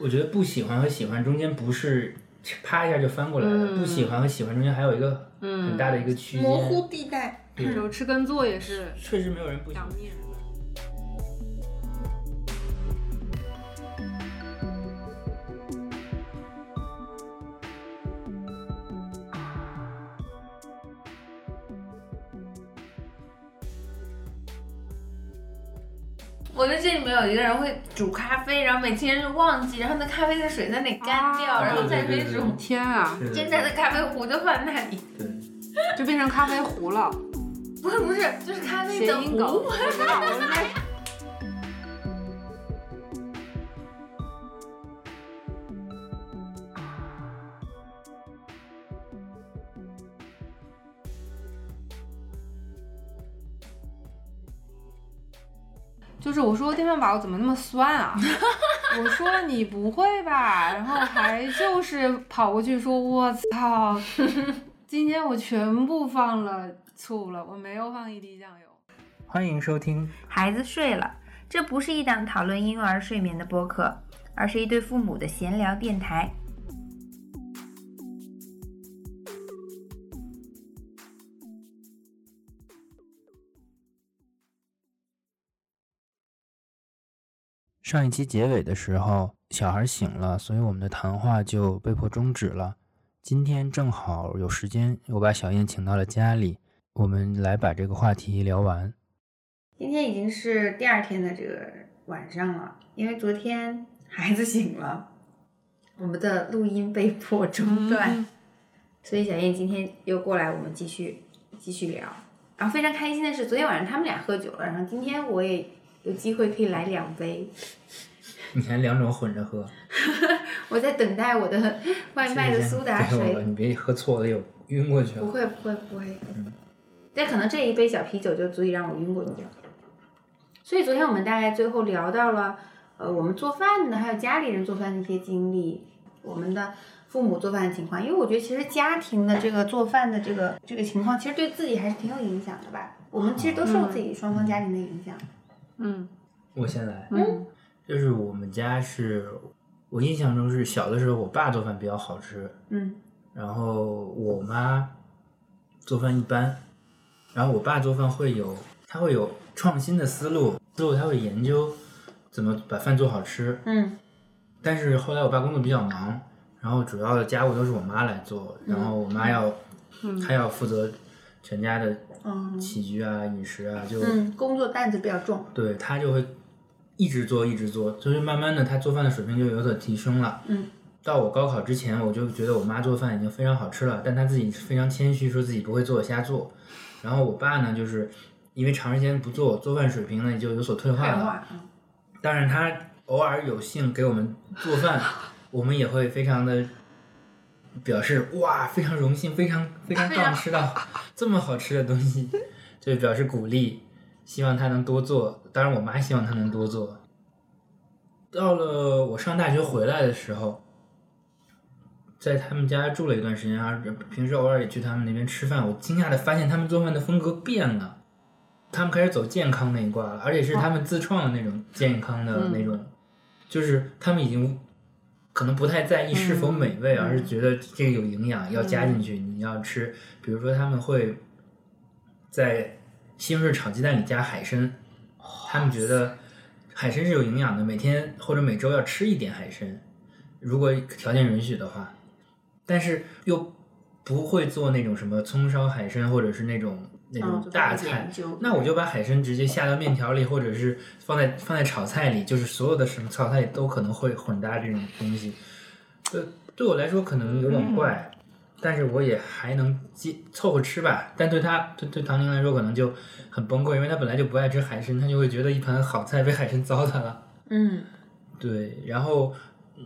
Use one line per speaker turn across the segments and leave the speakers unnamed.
我觉得不喜欢和喜欢中间不是啪一下就翻过来的，不
嗯
喜欢和喜欢中间还有一个很大的一个区间，
模糊地带。
对
有吃跟做也是
确实没有人不喜欢
两。面。
我觉得这里面有一个人会煮咖啡，然后每天就忘记，然后那咖啡的水在那干掉，
啊
然后再没
对对对
煮
对，
天啊，
是
现在的咖啡壶就放那里。
对，
就变成咖啡壶了，
不是不是，就是咖啡
谐
的
音梗。
壶
我。知道我应该就是我说电饭煲怎么那么酸啊？我说你不会吧？然后还就是跑过去说，我操，今天我全部放了醋了，我没有放一滴酱油。
欢迎收听，
孩子睡了，这不是一档讨论婴幼儿睡眠的播客，而是一对父母的闲聊电台。
上一期结尾的时候，小孩醒了，所以我们的谈话就被迫终止了。今天正好有时间，我把小燕请到了家里，我们来把这个话题聊完。
今天已经是第二天的这个晚上了，因为昨天孩子醒了，我们的录音被迫中断，
嗯
所以小燕今天又过来，我们继续继续聊。然后非常开心的是，昨天晚上他们俩喝酒了，然后今天我也有机会可以来两杯。
你还两种混着喝，
我在等待我的外卖的苏打
谢谢对我
水。
你别喝错了又晕过去
不
了。
会不会不会，
嗯
但可能这一杯小啤酒就足以让我晕过去了。所以昨天我们大概最后聊到了，呃，我们做饭的，还有家里人做饭的一些经历，我们的父母做饭的情况。因为我觉得其实家庭的这个做饭的这个这个情况，其实对自己还是挺有影响的吧。我们其实都受自己双方家庭的影响。
嗯
我先来，
嗯
就是我们家是，我印象中是小的时候我爸做饭比较好吃，
嗯
然后我妈做饭一般，然后我爸做饭会有，他会有创新的思路，之后他会研究怎么把饭做好吃。
嗯
但是后来我爸工作比较忙，然后主要的家务都是我妈来做，然后我妈要，她要负责全家的
嗯
起居啊、饮食啊，就、
嗯，工作担子比较重。
对她就会一直做，一直做，就是慢慢的她做饭的水平就有所提升了。
嗯
到我高考之前，我就觉得我妈做饭已经非常好吃了，但她自己非常谦虚，说自己不会做，瞎做。然后我爸呢，就是因为长时间不做，做饭水平呢也就有所退化
废
了。
话，嗯
但是他偶尔有幸给我们做 饭，我们也会非常的表示哇，非常荣幸，非常非常棒，吃到这么好吃的东西，就表示鼓励，希望他能多做。当然，我妈希望他能多做。到了我上大学回来的时候，在他们家住了一段时间，而平时偶尔也去他们那边吃饭，我惊讶的发现他们做饭的风格变了，他们开始走健康那一挂了，而且是他们自创的那种健康的那种，就是他们已经可能不太在意是否美味，而是觉得这个有营养要加进去，你要吃，比如说他们会在西红柿炒鸡蛋里加海参，他们觉得海参是有营养的，每天或者每周要吃一点海参。如果条件允许的话，但是又不会做那种什么葱烧海参，或者是那种那
嗯
种大菜。，
哦就
那我就把海参直接下到面条里，或者是放在放在炒菜里，就是所有的什么炒菜里都可能会混搭这种东西。呃，对我来说可能有点怪，
嗯
但是我也还能接凑合吃吧。但对他对对唐宁来说可能就很崩溃，因为他本来就不爱吃海参，他就会觉得一盘好菜被海参糟蹋了。
嗯
对，然后，嗯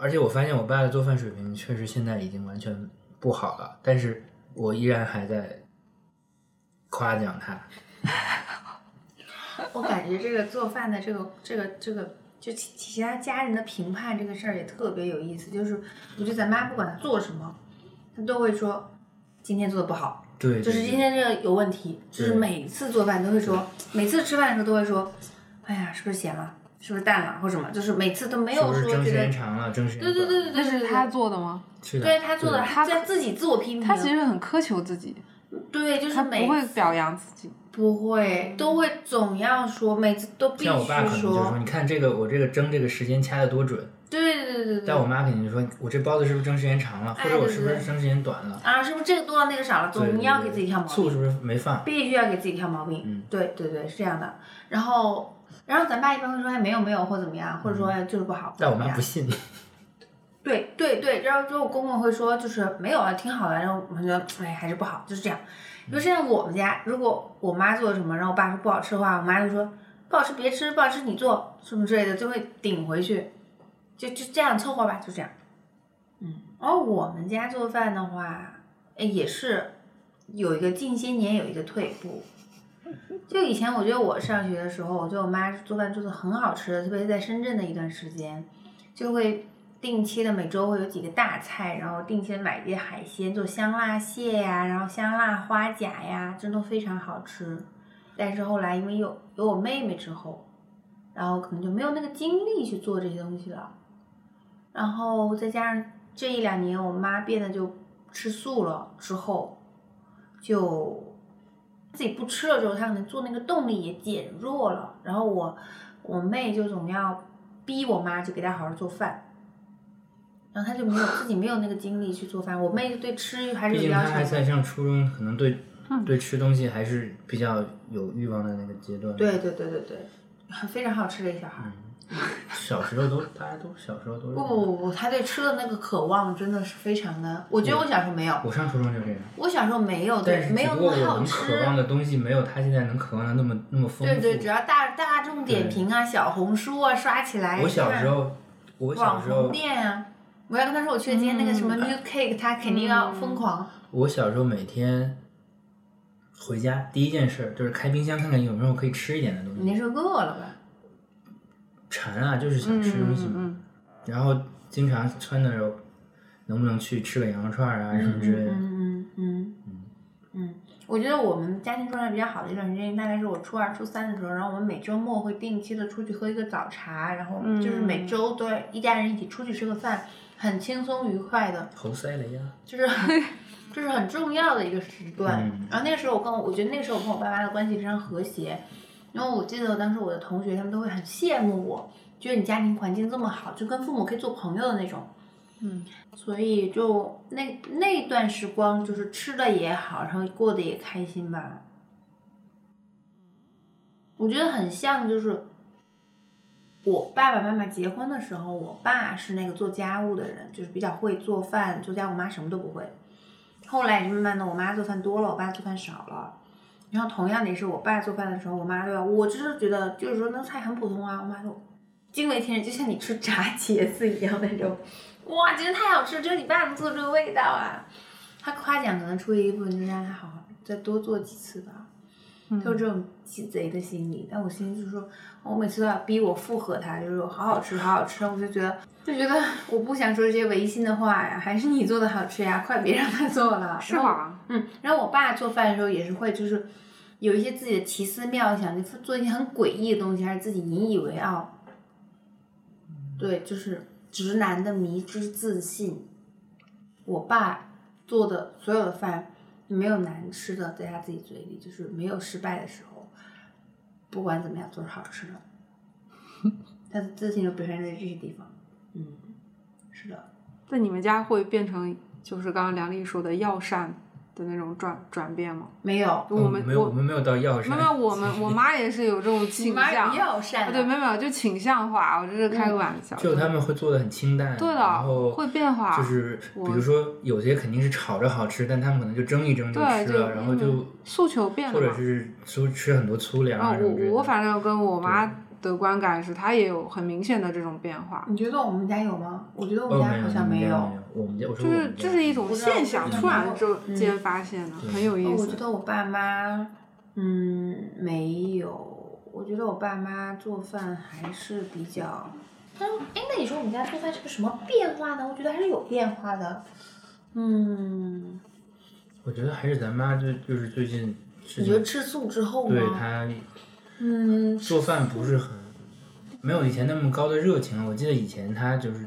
而且我发现我爸的做饭水平确实现在已经完全不好了，但是我依然还在夸奖他。
我感觉这个做饭的这个这个这个，就其其他家人的评判这个事儿也特别有意思。就是我觉得咱妈不管做什么，她都会说今天做的不好，
对，
就是
对
今天这个有问题。就是每次做饭都会说，每次吃饭的时候都会说，哎呀，是不是咸了？是不是淡了或什么，就是每次都没
是
有
不是
说
蒸时
觉
间
得，
长了，蒸时间
对对对对
那
对对
是
对，
他做的吗？
是的，
对他做的，
对
他在自己自我批评，
他其实很苛求自己，
对，就是
他不
每
会表扬自己。
不会都会总要说，每次都必须
像我爸可能就说，
说，
你看这个我这个蒸这个时间掐的多准，
对对对对对
但我妈肯定就说，我这包子是不是蒸时间长了，
哎
或者我是不
对
是
对
蒸时间短了？
啊，是不是这个多了那个少了，
对对
总
对
要
对
给自己挑毛病
醋，是不是没放？
必须要给自己挑毛病。
嗯
对对对，是这样的。然后，然后咱爸一般会说，哎，没有没有，或怎么样，或者说哎就是不好。
嗯但我妈
或者怎么样
不信，
对对对，然后之后我公公会说，就是没有啊，挺好的。然后我们觉得，哎，还是不好，就是这样。就现在我们家，如果我妈做什么，然后我爸说不好吃的话，我妈就说不好吃别吃，不好吃你做什么之类的，就会顶回去，就就这样凑合吧，就这样。嗯，然后我们家做饭的话，哎，也是有一个近些年有一个退步。就以前我觉得我上学的时候，我觉得我妈做饭做的很好吃的，特别是在深圳的一段时间，就会定期的每周会有几个大菜，然后定期的买一些海鲜，做香辣蟹呀、然后香辣花甲呀，真的非常好吃。但是后来因为有有我妹妹之后，然后可能就没有那个精力去做这些东西了。然后再加上这一两年我妈变得就吃素了之后，就自己不吃了之后，她可能做那个动力也减弱了。然后我我妹就总要逼我妈就给她好好做饭。然后她就没有自己没有那个精力去做饭，我妹对吃还是嗯
毕
有
竟
要
她
求
还
的。
在上初中，可能对对吃东西还是比较有欲望的那个阶段。
对，对对对对，非常好吃的一小孩儿。
小时候都大家都小时候都是。
不不不不，他对吃的那个渴望真的是非常的。我觉得我小时候没有，
我上初中就这样，
我小时候没有
但
对，
是嗯
没
只
有
不
那
过我
么好
能渴望
吃。
的东西没有她现在能渴望的那么那么丰富。
对对，只要大大众点评啊、小红书啊刷起来，
我小时候，我小
网
时候嗯
红店啊，我要跟他说我去了今天那个什么 New Cake，他肯定要疯狂。
我小时候每天回家第一件事就是开冰箱看看有没有可以吃一点的东
你那
西，
时候饿了吧？
馋啊，就是想
嗯
吃东西
嗯
嘛。
嗯
然后经常穿的时候，能不能去吃个羊肉串儿啊什么之类的？
嗯嗯嗯嗯嗯，我觉得我们家庭状态比较好的一段时间，大概是我初二、初三的时候，然后我们每周末会定期的出去喝一个早茶，然后就是每
嗯
周都要一家人一起出去吃个饭，很轻松愉快的，
猴塞雷呀，
就是很这是很重要的一个时段。
嗯
然后那个时候我跟我，我觉得那个时候我跟我爸妈的关系非常和谐，因为我记得当时我的同学他们都会很羡慕我，觉得你家庭环境这么好，就跟父母可以做朋友的那种。
嗯，
所以就那那段时光，就是吃的也好，然后过得也开心吧。我觉得很像，就是我爸爸妈妈结婚的时候，我爸是那个做家务的人，就是比较会做饭，做家务，我妈什么都不会。后来就慢慢的，我妈做饭多了，我爸做饭少了。然后同样的也是，我爸做饭的时候，我妈都要，我就是觉得就是说那菜很普通啊，我妈说惊为天人，就像你吃炸茄子一样那种，哇，觉得太好吃，只有你爸能做出这个味道啊。他夸奖可能出于一部分就是让他好好再多做几次吧，
嗯
他有这种鸡贼的心理，但我心里就是说，我每次都要逼我附和他，就是好好吃，好好吃，我就觉得就觉得我不想说这些违心的话呀，还是你做的好吃呀，快别让他做了，
是吗？
嗯，然后我爸做饭的时候也是会，就是有一些自己的奇思妙想，就做一些很诡异的东西，还是自己引以为傲。对，就是直男的迷之自信。我爸做的所有的饭没有难吃的，在他自己嘴里就是没有失败的时候，不管怎么样都是好吃的。他的自信就表现在这些地方。嗯，是的。
在你们家会变成就是刚刚梁丽说的药膳的那种转转变吗？
没有，
就
哦
我们、
没有，我
我
们没有到药膳。
没有 我们我妈也是有这种
你
倾
妈
向
有，药膳、
啊对，嗯没有没有就倾向化，我这是开个玩笑。
就他们会做的很清淡，
对的
然后
会变化
就是
我
比如说有些肯定是炒着好吃，但他们可能就蒸一蒸就
对
吃
就
了，然后就
诉求变了
或者
嘛
是说吃很多粗粮
啊，
啊什么之类
我
的
我反正跟我妈的观感是，她也有很明显的这种变化，
你觉得我们家有吗？我觉得我们
哦
家好像
没
有。
有，我们家我说
就
我
是
们家
这是一种
不知道
现象，
为什
突
么
然之间发现的，
嗯
很有
哦
意
我觉
思。
得我爸妈，嗯，没有。我觉得我爸妈做饭还是比较。但是，哎，那你说我们家做饭是个什么变化呢？我觉得还是有变化的。嗯，
我觉得还是咱妈就就是最近事
你觉得
情，
吃素之后
对
吗？
她
嗯，
做饭不是很没有以前那么高的热情。我记得以前他就是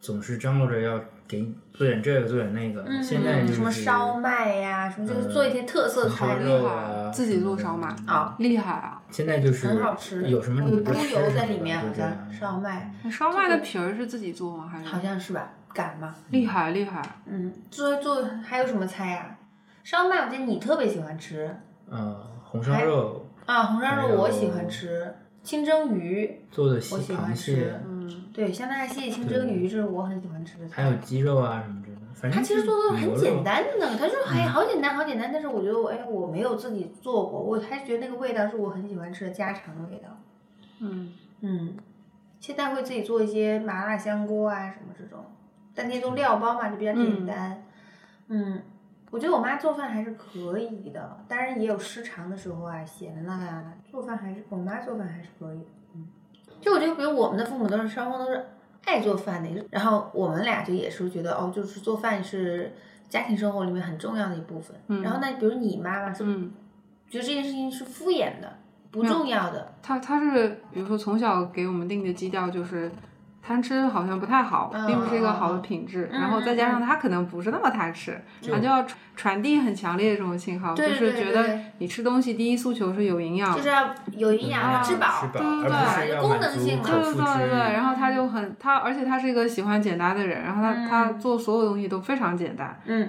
总是张罗着要给做点这个做点那个，现在就是
嗯什么烧麦呀、什么就是
嗯
做一些特色
烤
菜
厉
肉
害
啊，
自己做烧麦
啊，
厉害啊！
现在就是
很好吃
有什么
有
你就
猪
吃
油
什么
在里面，
就
好
这
像
样
烧麦，
烧麦的皮儿是自己做吗？还
好
是
像是吧？擀吗？
厉害厉害？
嗯，做做还有什么菜呀、烧麦，我记得你特别喜欢吃
嗯，红烧肉
啊，红烧
还
肉
有
我喜欢吃，清蒸鱼，
做的
我
西
喜欢
螃蟹
吃，
嗯，
对，香菜蟹、清蒸鱼这是我很喜欢吃的菜。
还有鸡肉啊什么之类的，反正
它其实做的
牛
很
肉嗯
简单的，它就是哎好简单好简单，但是我觉得我哎我没有自己做过，我还是觉得那个味道是我很喜欢吃的家常的味道。
嗯，
嗯，现在会自己做一些麻辣香锅啊什么这种，但那种料包嘛就比较简单。嗯我觉得我妈做饭还是可以的，当然也有失常的时候啊，咸了啊，做饭还是我妈做饭还是可以的。嗯，就我觉得，比如我们的父母都是双方都是爱做饭的，然后我们俩就也是觉得哦，就是做饭是家庭生活里面很重要的一部分。
嗯
然后呢，比如你妈妈是、
嗯
觉得这件事情是敷衍的、不重要的，
他他是比如说从小给我们定的基调就是。贪吃好像不太好，
嗯
并不是一个好的品质。
嗯
然后再加上他可能不是那么贪吃，
嗯
他就要传传递很强烈的这种信号，
对对
就是
对
觉
对
得你吃东西第一诉求是有营养，
就是要有营养、
啊
吃饱。
嗯吃饱，而
对
不是
嗯对
要
功
满
能
足
性嘛
口
对对
腹
对
之
对
欲
对，然后他就很他，而且他是一个喜欢简单的人，然后他、
嗯
他做所有东西都非常简单，
嗯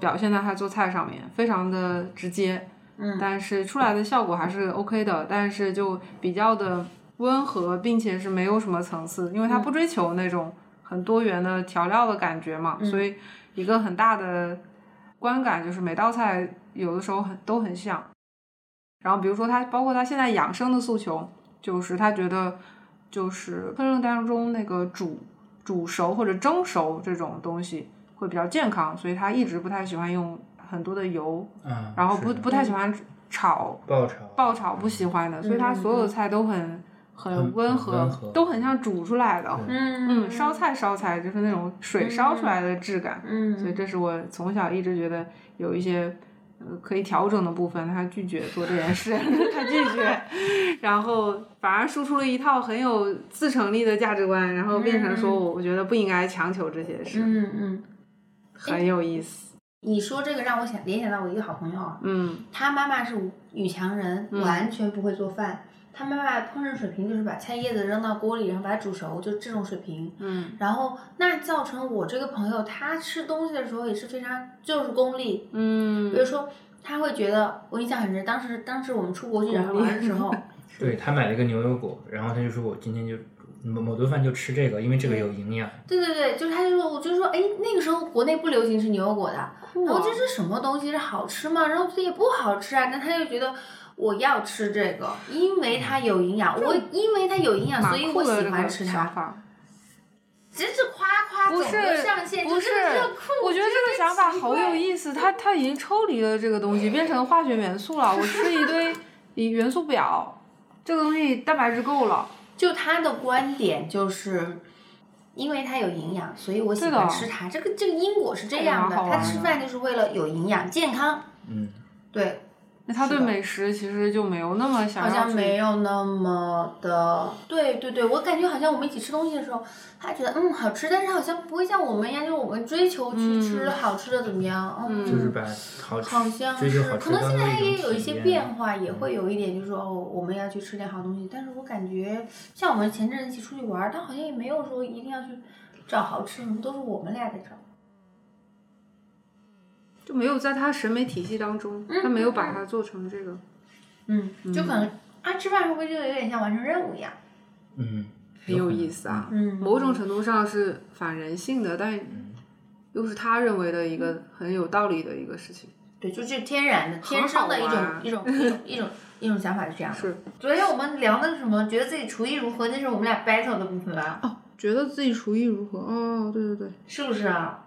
表现在他做菜上面非常的直接，
嗯
但是出来的效果还是 OK 的，但是就比较的温和，并且是没有什么层次，因为
嗯
他不追求那种很多元的调料的感觉嘛，
嗯
所以一个很大的观感就是每道菜有的时候很都很像。然后比如说他，包括他现在养生的诉求，就是他觉得就是烹饪当中那个煮煮熟或者蒸熟这种东西会比较健康，所以他一直不太喜欢用很多的油，
嗯，
然后
是
不
的
不太喜欢炒
爆炒，
爆炒，不喜欢的，所以他所有的菜都很很
很
温
很
和，
温和
都很像煮出来的。
对
嗯
嗯，烧，菜烧菜就是那种水烧出来的质感，
嗯，
所以这是我从小一直觉得有一些呃可以调整的部分，他拒绝做这件事， 他拒绝，然后反而输出了一套很有自成立的价值观，然后变成说
嗯
我我觉得不应该强求这些事，
嗯嗯，
很有意思。
你说这个让我想联想到我一个好朋友啊，
嗯
他妈妈是女强人，
嗯
完全不会做饭。他妈妈烹饪水平就是把菜叶子扔到锅里，然后把它煮熟，就这种水平。
嗯
然后那造成我这个朋友，他吃东西的时候也是非常就是功利，比如
嗯
说他会觉得我印象很深，当时当时我们出国去找他玩的时 候，
对他买了一个牛油果，然后他就说我今天就某某顿饭就吃这个，因为这个有营养。
对对对，就是他就说，我就说，哎，那个时候国内不流行吃牛油果的，
酷
然
啊
后这是什么东西？是好吃吗？然后这也不好吃啊，但他就觉得我要吃这个，因为它有营养，我因为它有营养，所
嗯
以
蛮酷
我
的
喜
这
欢
个
吃
想
它。
法，
只是夸夸
不
总
是
是上线，
不
就是这酷，，
我觉得这个想法好有
思。
意思，它它已经抽离了这个东西，变成化学元素了。我吃一堆 以元素表，这个东西蛋白质够了。
就他的观点就是。因为它有营养，所以我喜
对的
欢吃它。这个这个因果是这
这个
样
蛮
的，
好
他
玩
吃
的
饭就是为了有营养、健康。
嗯，
对，
那他
是
对
的
美食其实就没有那么想
好
要去，
像没有那么的，对对对，我感觉好像我们一起吃东西的时候，他觉得嗯好吃，但是好像不会像我们一样，就是我们追求去
嗯
吃好吃的怎么样，嗯，
就是把好吃
好像
追
是
求好，吃
可能
当
现
做
在
一
也
种
有一
体
些
验嗯
变化，也会有一点就是说哦，我们要去吃点好东西，但是我感觉像我们前阵子一起出去玩儿，但好像也没有说一定要去找好吃什么，都是我们俩在找，
就没有在他审美体系当中，
嗯
他没有把它做成这个。
嗯，就可能啊吃饭会不会就有点像完成任务一样，
嗯，
很有意思啊，
嗯，
某种程度上是反人性的，但又是他认为的一
嗯
个很有道理的一个事情。
对，就是天然的、天生的一种
玩
一种一种一种一种想法是这样的。
是
昨天我们聊那个什么，觉得自己厨艺如何，那是我们俩 battle 的部分吧？
哦，觉得自己厨艺如何？哦，对对对，
是不是啊？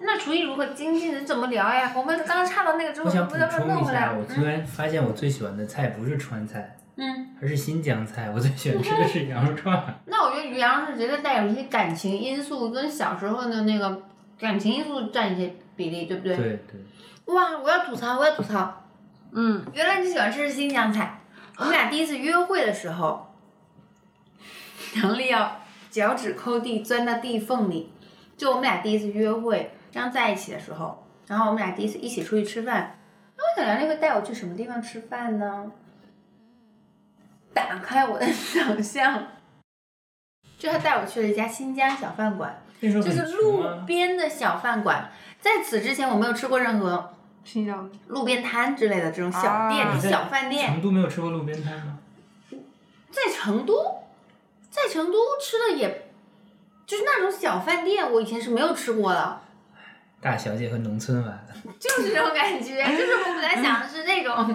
那厨艺如何精进怎么聊呀？我们刚刚岔到那个之后，
我想
不
补
知道把它
充
弄
一
回来
下，我。突
嗯
然发现我最喜欢的菜不是川菜，
嗯，
而是新疆菜。我最喜欢吃的 是羊肉串。
那我觉得杨洋是绝对带有一些感情因素，跟小时候的那个感情因素占一些比例，对不对？
对对，
哇，我要吐槽，我要吐槽，
嗯，
原来你喜欢吃的是新疆菜。我们俩第一次约会的时候，杨丽要脚趾抠地，钻到地缝里。就我们俩第一次约会，刚在一起的时候，然后我们俩第一次一起出去吃饭，那我想杨丽会带我去什么地方吃饭呢？打开我的想象，就他带我去了一家新疆小饭馆，
那时候
就
很
是
穷
路
啊
边的小饭馆。在此之前，我没有吃过任何
新疆的
路边摊之类的这种小店、
啊
小饭店。
成都没有吃过路边摊吗？
在成都，在成都吃的也，就是那种小饭店，我以前是没有吃过的，
大小姐和农村玩，
就是这种感觉。就是我本来想的是那种，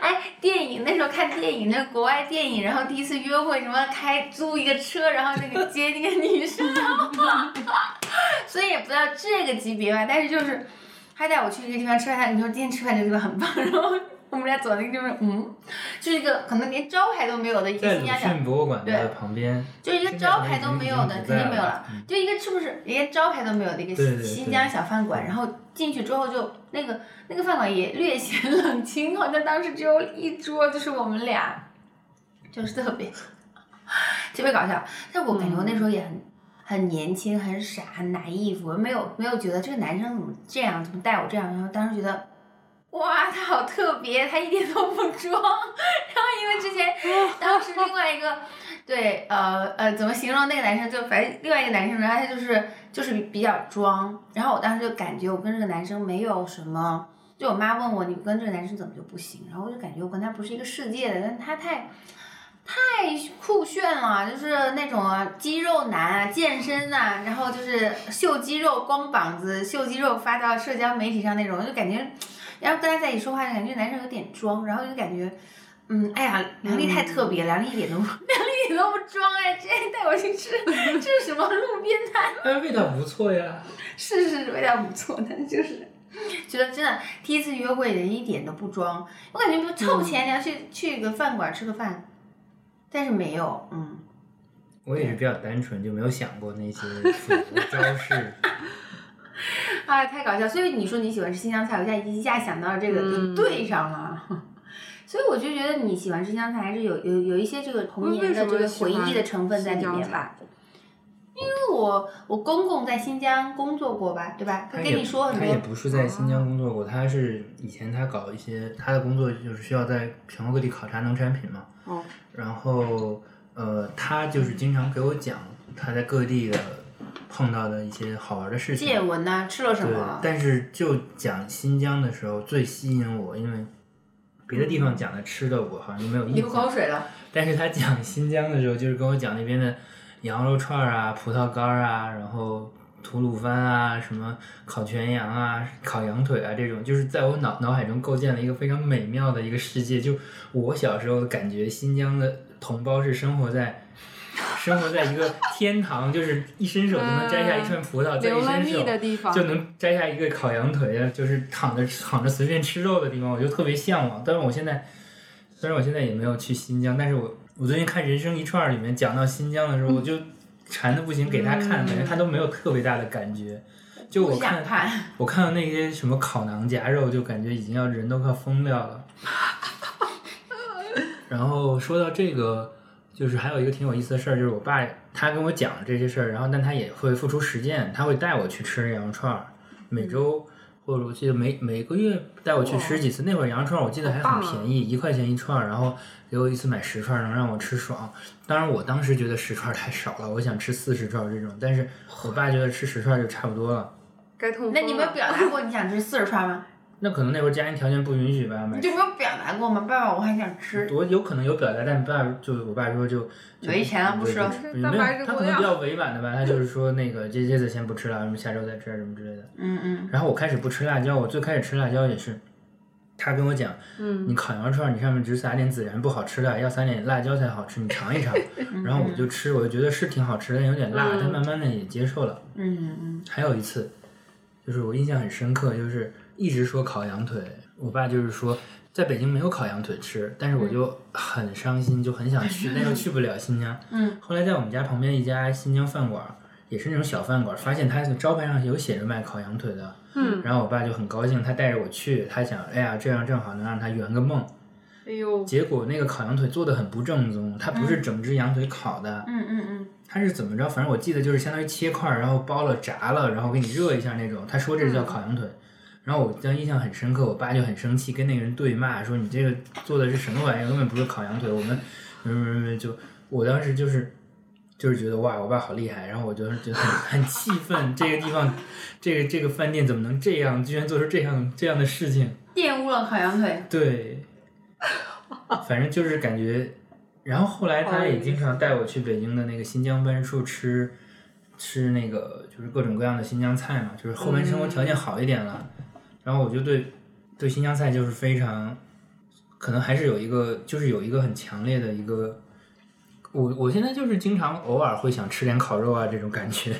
哎，电影那时候看电影，那国外电影，然后第一次约会什么开租一个车，然后那个接那个女生，啊所以也不到这个级别吧。但是就是，他带我去一个地方吃饭，他你说今天吃饭这个地方很棒，然后我们俩走那个地方，嗯，就是一个可能连招牌都没有的一个
在
新
鲁
疆小
迅博物馆的旁边，
就是一个招牌都没有的，
现
肯
在可能已经
定没有了
嗯。
就一个是不是连招牌都没有的一
对对对
个新疆小饭馆，然后进去之后就那个那个饭馆也略显 冷清，好像当时只有一桌，就是我们俩，就是特别 特别搞笑。但我感觉我那时候也很很年轻，很傻，很 naive，我没有没有觉得这个男生怎么这样，怎么带我这样，然后当时觉得。哇，他好特别，他一点都不装。然 后因为之前当时另外一个，对，呃呃，怎么形容那个男生？就反正另外一个男生，然后他就是就是比较装。然后我当时就感觉我跟这个男生没有什么，就我妈问我你跟这个男生怎么就不行？然后我就感觉我跟他不是一个世界的，但他太。太酷炫了，就是那种啊肌肉男啊，健身呐、然后就是秀肌肉、光膀子、秀肌肉发到社交媒体上那种，就感觉，然后跟他在一起说话，感觉男生有点装，然后就感觉，嗯，哎呀，梁丽太特别了，梁丽一 点都不，梁丽一点都不装哎，直接带我去吃吃什么路边摊，
但是味道不错呀。
是是味道不错，但是就是。觉得真的，第一次约会人一点都不装，我感觉凑钱你要去、去一个饭馆吃个饭，但是没有，嗯，
我也是比较单纯，就没有想过那 些复杂的招式。
啊，太搞笑！所以你说你喜欢吃新疆菜，我现在一下想到这个就
嗯
对上了。 所以我就觉得你喜欢吃新疆菜，还是有有有一些这个童年
为
的
什
这
么
个
喜
回
欢
忆的成分在里面吧。因为我我公公在新疆工作过吧，对吧？
他
他
也
跟你说很
他也
多，哦
不是在新疆工作过，他是以前他搞一些他的工作就是需要在全国各地考察农产品嘛。
哦，
然后呃，他就是经常给我讲他在各地的碰到的一些好玩的事情。
见闻呐、吃了什
对
么，，啊
但是就讲新疆的时候，最吸引我，因为别的地方讲的吃的我好像就没有印
流口
象，
水了。
但是他讲新疆的时候，就是跟我讲那边的羊肉串儿啊、葡萄干儿啊，然后吐鲁番啊、什么烤全羊啊、烤羊腿啊这种，就是在我脑脑海中构建了一个非常美妙的一个世界。就我小时候感觉新疆的同胞是生活在。 生活在一个天堂，就是一伸手就能摘下一串葡
嗯
萄，再一
流了
伸
蜜
手
的地方
就能摘下一个烤羊腿啊，就是躺着躺着随便吃肉的地方，我就特别向往。但是我现在，虽然我现在也没有去新疆，但是我我最近看《人生一串》里面讲到新疆的时候，我就馋的不行，给他看，感觉他都没有特别大的感觉。就
不
我
想
看
看，
我看到那些什么烤馕夹肉，就感觉已经要人都快疯掉了。 然后说到这个，就是还有一个挺有意思的事儿，就是我爸他跟我讲这些事儿，然后但他也会付出实践，他会带我去吃羊肉串儿，每周、或者我记得每每个月带我去吃几次。那会儿羊肉串儿我记得还很
好棒啊
便宜，一块钱一串儿，然后给我一次买十串儿，能让我吃爽。当然我当时觉得十串儿太少了，我想吃四十串儿这种，但是我爸觉得吃十串儿就差不多了。
该痛风
那你们
了
表达过你想吃四十串吗？
那可能那会儿家庭条件不允许吧，买
你就没有表达过吗？爸爸，我还想吃。
我有可能有表达，但爸就我爸说就就
没钱啊了不
对
吃了
对没
蛋白
有，
质
他
过
可能
量
比较委婉的吧，他就是说那个这这次先不吃了，什么下周再吃啊什么之类的。
嗯嗯，
然后我开始不吃辣椒，我最开始吃辣椒也是，他跟我讲，
嗯
你烤羊肉串儿你上面只撒点孜然不好吃的，要撒点辣椒才好吃，你尝 一尝。
嗯
然后我就吃，我就觉得是挺好吃的，有点辣，但慢慢的也接受了。
嗯嗯。
还有一次，就是我印象很深刻，就是一直说烤羊腿，我爸就是说在北京没有烤羊腿吃，但是我就很伤心，就很想去，但又去不了新疆。
嗯，
后来在我们家旁边一家新疆饭馆，也是那种小饭馆，发现它的招牌上有写着卖烤羊腿的，
嗯，
然后我爸就很高兴，他带着我去，他想，哎呀，这样正好能让他圆个梦。
哎呦，
结果那个烤羊腿做的很不正宗，它不是整只羊腿烤的，
嗯嗯嗯，
它是怎么着？反正我记得就是相当于切块儿，然后包了炸了，然后给你热一下那种。他说这叫烤羊腿，然后我当印象很深刻，我爸就很生气，跟那个人对骂说你这个做的是什么玩意儿，根本不是烤羊腿。我们，嗯，就我当时就是。就是觉得哇，我爸好厉害，然后我就是觉得很很气愤，这个地方，这个这个饭店怎么能这样，居然做出这样这样的事情？
玷污了烤羊腿。
对，反正就是感觉，然后后来他也经常带我去北京的那个新疆办事处吃，吃那个就是各种各样的新疆菜嘛，就是后面生活条件好一点了，然后我就对对新疆菜就是非常，可能还是有一个就是有一个很强烈的一个，我我现在就是经常偶尔会想吃点烤肉啊这种感觉，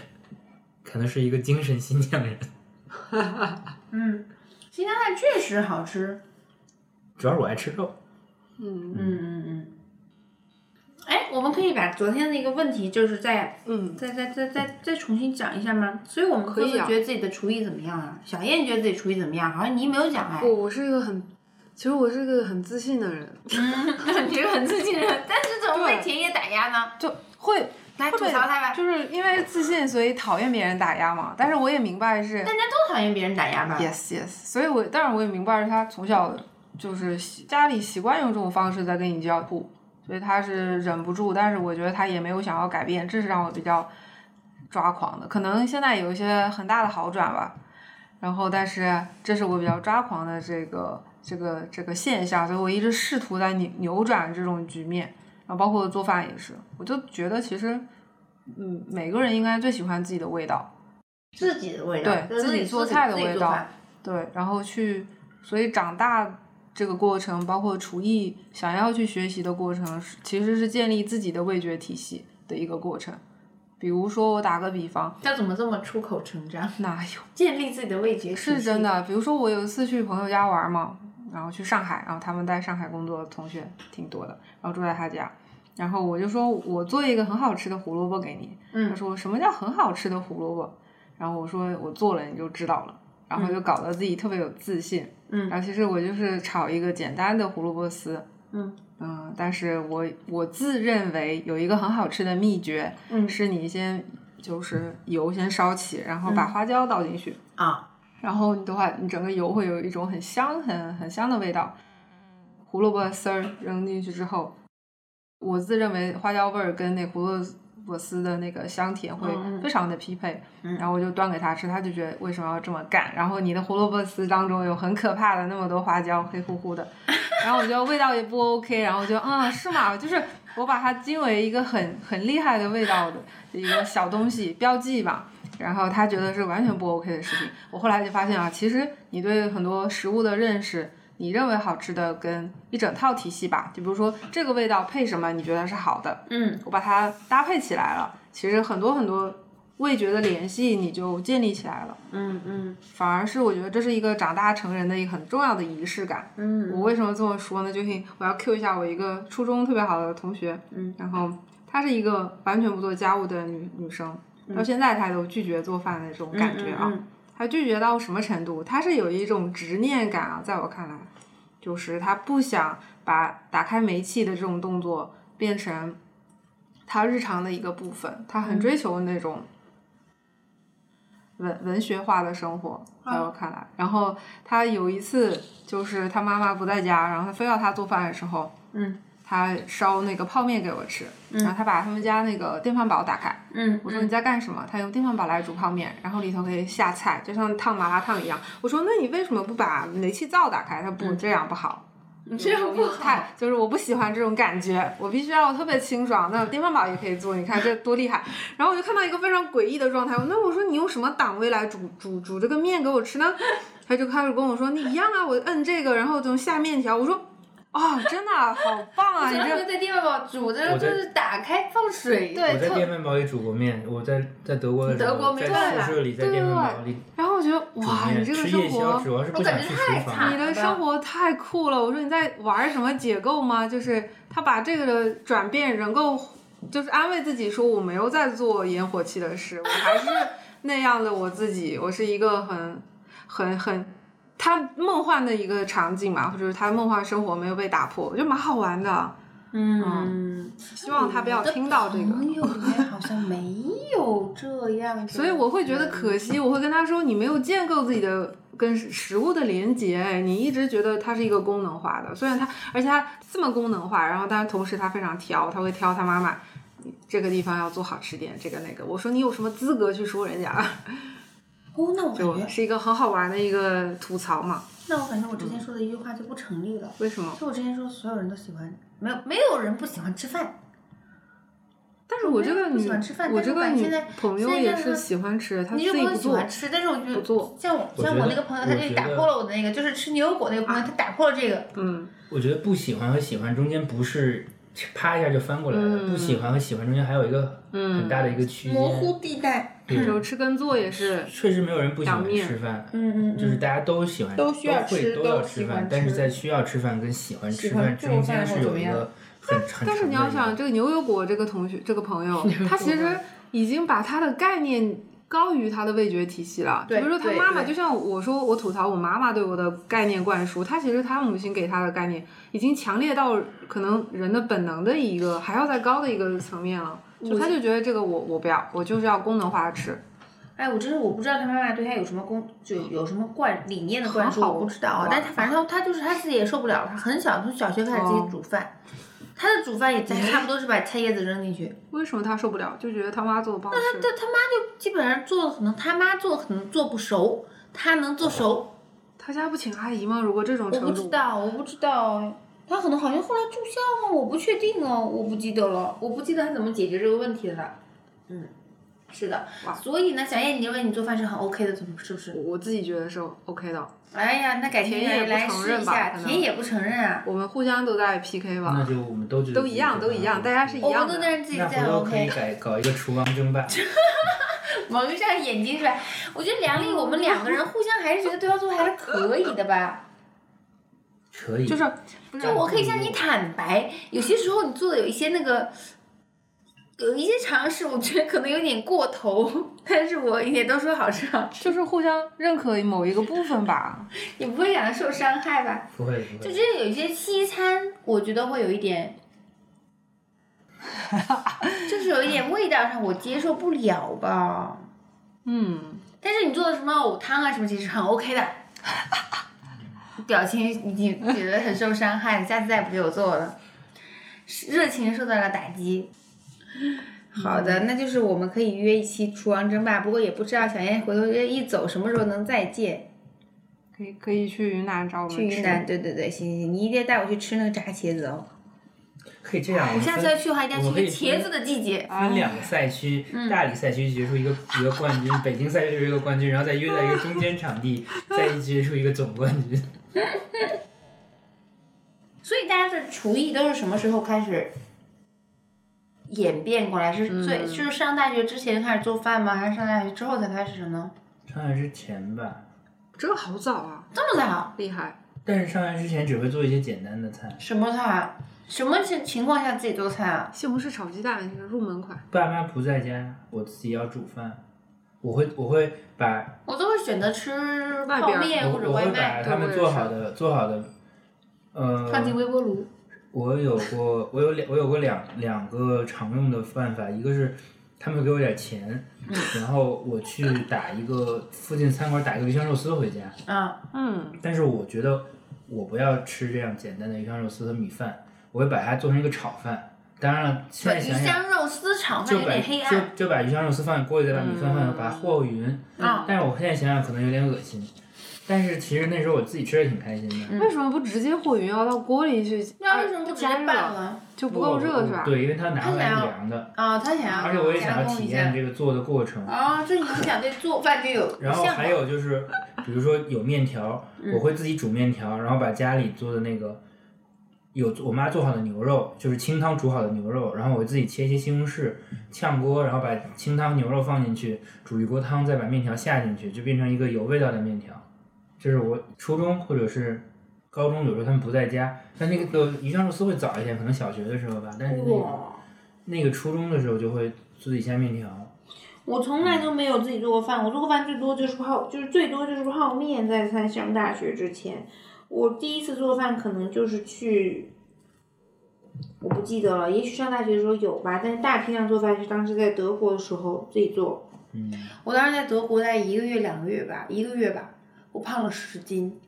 可能是一个精神新疆人，
嗯，新疆菜确实好吃。
主要是我爱吃肉，
嗯
嗯嗯嗯。哎，我们可以把昨天的一个问题，就是再
嗯，
再再再再再重新讲一下吗？所以我们
可
各
以
自
啊
觉得自己的厨艺怎么样啊？小燕觉得自己厨艺怎么样？好像你没有讲哎。
我我是一个很，其实我是一个很自信的人，
嗯， 你这个很自信的人，但是怎么被田野打压呢？
就会
来
会
吐
被
槽他吧，
就是因为自信，所以讨厌别人打压嘛。但是我也明白是
大家都讨厌别人打压吧？
yes yes，所以我但是我也明白是他从小就是习家里习惯用这种方式在跟你交互，所以他是忍不住，但是我觉得他也没有想要改变，这是让我比较抓狂的。可能现在有一些很大的好转吧，然后但是这是我比较抓狂的这个这个这个现象，所以我一直试图在扭扭转这种局面，然后包括做饭也是，我就觉得其实嗯每个人应该最喜欢自己的味道。
自己的味道，
对
就是
自己
己
做菜的
自己
味
做
道
饭
对，然后去，所以长大这个过程，包括厨艺想要去学习的过程，是其实是建立自己的味觉体系的一个过程。比如说，我打个比方，
他怎么这么出口成章？
哪有
建立自己的味觉
是真。的？比如说，我有一次去朋友家玩嘛，然后去上海，然后他们在上海工作的同学挺多的，然后住在他家，然后我就说我做一个很好吃的胡萝卜给你，他
嗯，
说什么叫很好吃的胡萝卜？然后我说我做了你就知道了，然后就搞得自己特别有自信。
嗯
然后其实我就是炒一个简单的胡萝卜丝。
嗯
嗯但是我我自认为有一个很好吃的秘诀，
嗯
是你先就是油先烧起，然后把
嗯
花椒倒进去，
啊，
然后你的话，你整个油会有一种很香、很很香的味道。胡萝卜丝儿扔进去之后，我自认为花椒味儿跟那胡萝卜丝的那个香甜会
嗯嗯
非常的匹配，
嗯
然后我就端给他吃，他就觉得为什么要这么干？然后你的胡萝卜丝当中有很可怕的那么多花椒，黑乎乎 的，然后我觉得味道也不 OK，然后我就嗯是吗？就是我把它定为一个很很厉害的味道的一个小东西标记吧。然后他觉得是完全不 OK 的事情。我后来就发现啊，其实你对很多食物的认识，你认为好吃的跟一整套体系吧，就比如说这个味道配什么，你觉得是好的，
嗯
我把它搭配起来了，其实很多很多味觉的联系你就建立起来了。
嗯嗯
反而是我觉得这是一个长大成人的一个很重要的仪式感。
嗯
我为什么这么说呢？就是我要 Q 一下我一个初中特别好的同学，
嗯，
然后她是一个完全不做家务的女女生，到现在她都拒绝做饭的这种感觉啊。
嗯嗯嗯嗯
她拒绝到什么程度？她是有一种执念感啊，在我看来，就是她不想把打开煤气的这种动作变成她日常的一个部分，她
嗯
很追求那种文文学化的生活，
啊
在我看来。然后她有一次就是她妈妈不在家，然后她非要她做饭的时候，
嗯
她烧那个泡面给我吃，
嗯
然后她把他们家那个电饭煲打开。
嗯，
我说你在干什么？他用电饭煲来煮泡面，然后里头可以下菜，就像烫麻辣烫一样。我说那你为什么不把煤气灶打开？他
嗯
不，这样不好。
你 这样不好
太。就是我不喜欢这种感觉，我必须要特别清爽。那电饭煲也可以做，你看这多厉害。 然后我就看到一个非常诡异的状态，那我说你用什么档位来煮煮煮这个面给我吃呢？ 他就开始跟我说你一样啊，我摁这个，然后就下面条。我说哦，真的啊好棒啊， 你
怎么
这
会在电饭煲煮的？
我
就
在
是打开放水。
对
我在
特
电饭煲里煮过面，我在在德国的时
德国
候，
没
办
在
法
宿舍里在
对
电饭煲里
然后我觉得
煮
哇，你
面
这个
吃
生
夜
活
宵，主要是不
我
想
感觉
去厨
太惨
房
了。
你的
吧
生活太酷了！我说你在玩什么解构吗？就是他把这个的转变能够，就是安慰自己说我没有在做烟火气的事，我还是那样的我自己，我是一个很很很他梦幻的一个场景嘛，或者是他梦幻生活没有被打破，我觉得蛮好玩的。
嗯，
希望他不要听到这个。
朋友里面好像没有这 样，
所以我会觉得可惜，我会跟他说，你没有建构自己的跟食物的连接，哎你一直觉得它是一个功能化的，虽然它，而且它这么功能化，然后但同时它非常挑，他会挑他妈妈这个地方要做好吃点，这个那个。我说你有什么资格去说人家？
哎哦，那我感觉，
是一个很好玩的一个吐槽嘛？
那我感觉我之前说的一句话就不成立了。
为什么？
就我之前说，所有人都喜欢，没有没有人不喜欢吃饭。
但是我这个
不
女
喜欢吃，饭
我
但是
这
我
个
感觉现
女
在
朋友
现在
也
这
是
个
喜欢吃，她自
你有
己
朋友
不
喜
做
欢。吃，但是我
不
就
做
像我
我
像
觉
我
得
那个朋友，
我
他就
觉
打
得
破了我的那个，就是吃牛油果那个朋
啊
友，他打破了这个。
嗯，
我觉得不喜欢和喜欢中间不是啪一下就翻过来的，
嗯
不喜欢和喜欢中间还有一个很大的一个区间。
模糊地带，
对
有吃跟做也是，
确实没有人不喜欢
两面
吃饭，
嗯
就是大家都喜欢，
都需要
会
吃
都要
都喜
吃
欢
饭
吃，
但是在需要吃饭跟喜欢吃
喜欢
饭
做
中
饭
间
或
是
怎
有
么
一
样
个很很
但是你要想，
长的
这个牛油果这个同学这个朋友，他其实已经把他的概念高于他的味觉体系了。比
对
如说他
对
妈妈，
对
就像我说我吐槽我妈妈对我的概念灌输，他其实他母亲给他的概念已经强烈到可能人的本能的一个还要再高的一个层面了。就他就觉得这个我我不要，我就是要功能化的吃。
哎，我真是我不知道他妈妈对他有什么公，就有什么灌理念的灌输，
很好
我不知道啊
哇。
但他反正他他就是他自己也受不了了，他很小从小学开始自
哦
己煮饭，他的煮饭也在差不多是把菜叶子扔进去，
为什么他受不了？就觉得他妈做的不好吃。
但他妈就基本上做的可能他妈做的可能做不熟，他能做熟，
他家不请阿姨吗？如果这种
我不
程
知
度，
道，我不知道。他可能好像后来住校吗？我不确定哦，我不记得了，我不记得他怎么解决这个问题了。嗯，是的
哇，
所以呢，小燕，你认为你做饭是很 OK 的，怎么是不是？
我自己觉得是 OK 的。
哎呀，那改天
田野
来
不
来
承
试
认
一
吧
下，
可能
田野不承认啊，
我们互相都在 PK 吧。
那就我们都觉得
都一样，都一样，大
家
家是一
我
样
们
的。
都在自己
那
在
回头可以
OK，
改搞一个厨房争霸，
蒙上眼睛是吧？我觉得梁丽，我们两个人互相还是觉得对方做得还是可以的吧。
可以，嗯
就是不是
就我可以向你坦白，有些时候你做的有一些那个，有一些尝试，我觉得可能有点过头，但是我也都说好吃好吃，
就是互相认可某一个部分吧。
也不会感到受伤害吧？
不会不
就
会，
是有一些西餐，我觉得会有一点，就是有一点味道上我接受不了吧。
嗯，
但是你做的什么藕汤啊什么，其实很 OK 的。表情已经觉得很受伤害，下次再也不给我做了。热情受到了打击。好
嗯
的，那就是我们可以约一期厨王争霸，不过也不知道小燕回头这一走什么时候能再见。
可以可以去云南找我们
去云
吃
嗯
南，对对对，行行行，你一定要带我去吃那个炸茄子哦。
可以这样，我
我
们
下次
分
要去的话，一定要
我
去
们可以
茄子的季节。
分两个赛区，
嗯
大理赛区决出一个一个冠军，北京赛区决出一个冠军，然后再约在一个中间场 地，再决出一个总冠军。
所以大家的厨艺都是什么时候开始演变过来？
嗯
是最、是上大学之前开始做饭吗？还是上大学之后才开始的呢？
上来之前吧，
这个好早啊，
这么早？
厉害！
但是上来之前只会做一些简单的菜，
什么菜啊？什么情情况下自己做菜啊？
西红柿炒鸡蛋这个入门款，
爸妈不在家，我自己要煮饭，我会我会把
我都会选择吃
外
泡
边儿
面
我
或者
我
外
会把
卖，
他们
对
做
我也是
好的做好的，呃，
放进微波炉。
我有过，我有两，我有过两两个常用的办法，一个是他们会给我点钱，然后我去打一个附近餐馆打一个鱼香肉丝回家，
啊，
嗯，
但是我觉得我不要吃这样简单的鱼香肉丝和米饭，我会把它做成一个炒饭。当然了，现在
鱼
想想
香肉丝炒饭
就
有
把
点黑啊暗
就就把鱼香肉丝放进锅里，再把米饭放进，
嗯
把它和匀。
啊。
但是我现在想想可能有点恶心，但是其实那时候我自己吃的挺开心的。
嗯
为什么不直接和匀，要到锅里去？
那为什么不直接
加
拌
热？
了？
就不
我
够热是吧？
哦对，因为它拿
他
回来
想
是
要
凉的。
啊，他想要
而且我也想
加
要
工
体
一
验
下。
这个做的过程。
啊，这影响对做饭就有
然后
向
还
往
有就是，比如说有面条，我会自己煮面条，然后把家里做的那个有我妈做好的牛肉，就是清汤煮好的牛肉，然后我自己切一些西红柿，炝锅，然后把清汤牛肉放进去，煮一锅汤，再把面条下进去，就变成一个有味道的面条。这是我初中或者是高中，有时候他们不在家，但那个鱼香肉丝会早一点，可能小学的时候吧，但是那个
哇。
那个初中的时候就会自己下面条。
我从来都没有自己做过饭，我做过饭最多就是泡，就是最多就是泡面。在在上大学之前，我第一次做饭可能就是去，我不记得了，也许上大学的时候有吧，但是大批量做饭是当时在德国的时候自己做。
嗯，
我当时在德国待一个月两个月吧，一个月吧，我胖了十斤，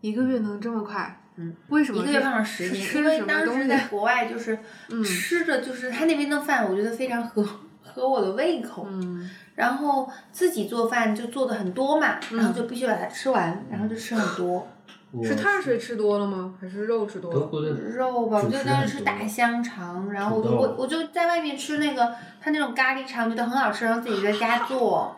一个月能这么快？
嗯，
为什
一
么
个
是？
月胖了十
是吃
斤，因为
什么
当
东
时
西
在国外就是
嗯
吃的就是他那边的饭，我觉得非常合合我的胃口。
嗯
然后自己做饭就做的很多嘛，
嗯
然后就必须把它吃完，然后就吃很多
我
是碳水吃多了吗？还是肉吃多
德
了？
国的
肉吧。我
主
就
食
当
很
时吃
多
大香肠，然后我
土
就
豆
我我就在外面吃那个他那种咖喱肠，觉得很好吃，然后自己在家做。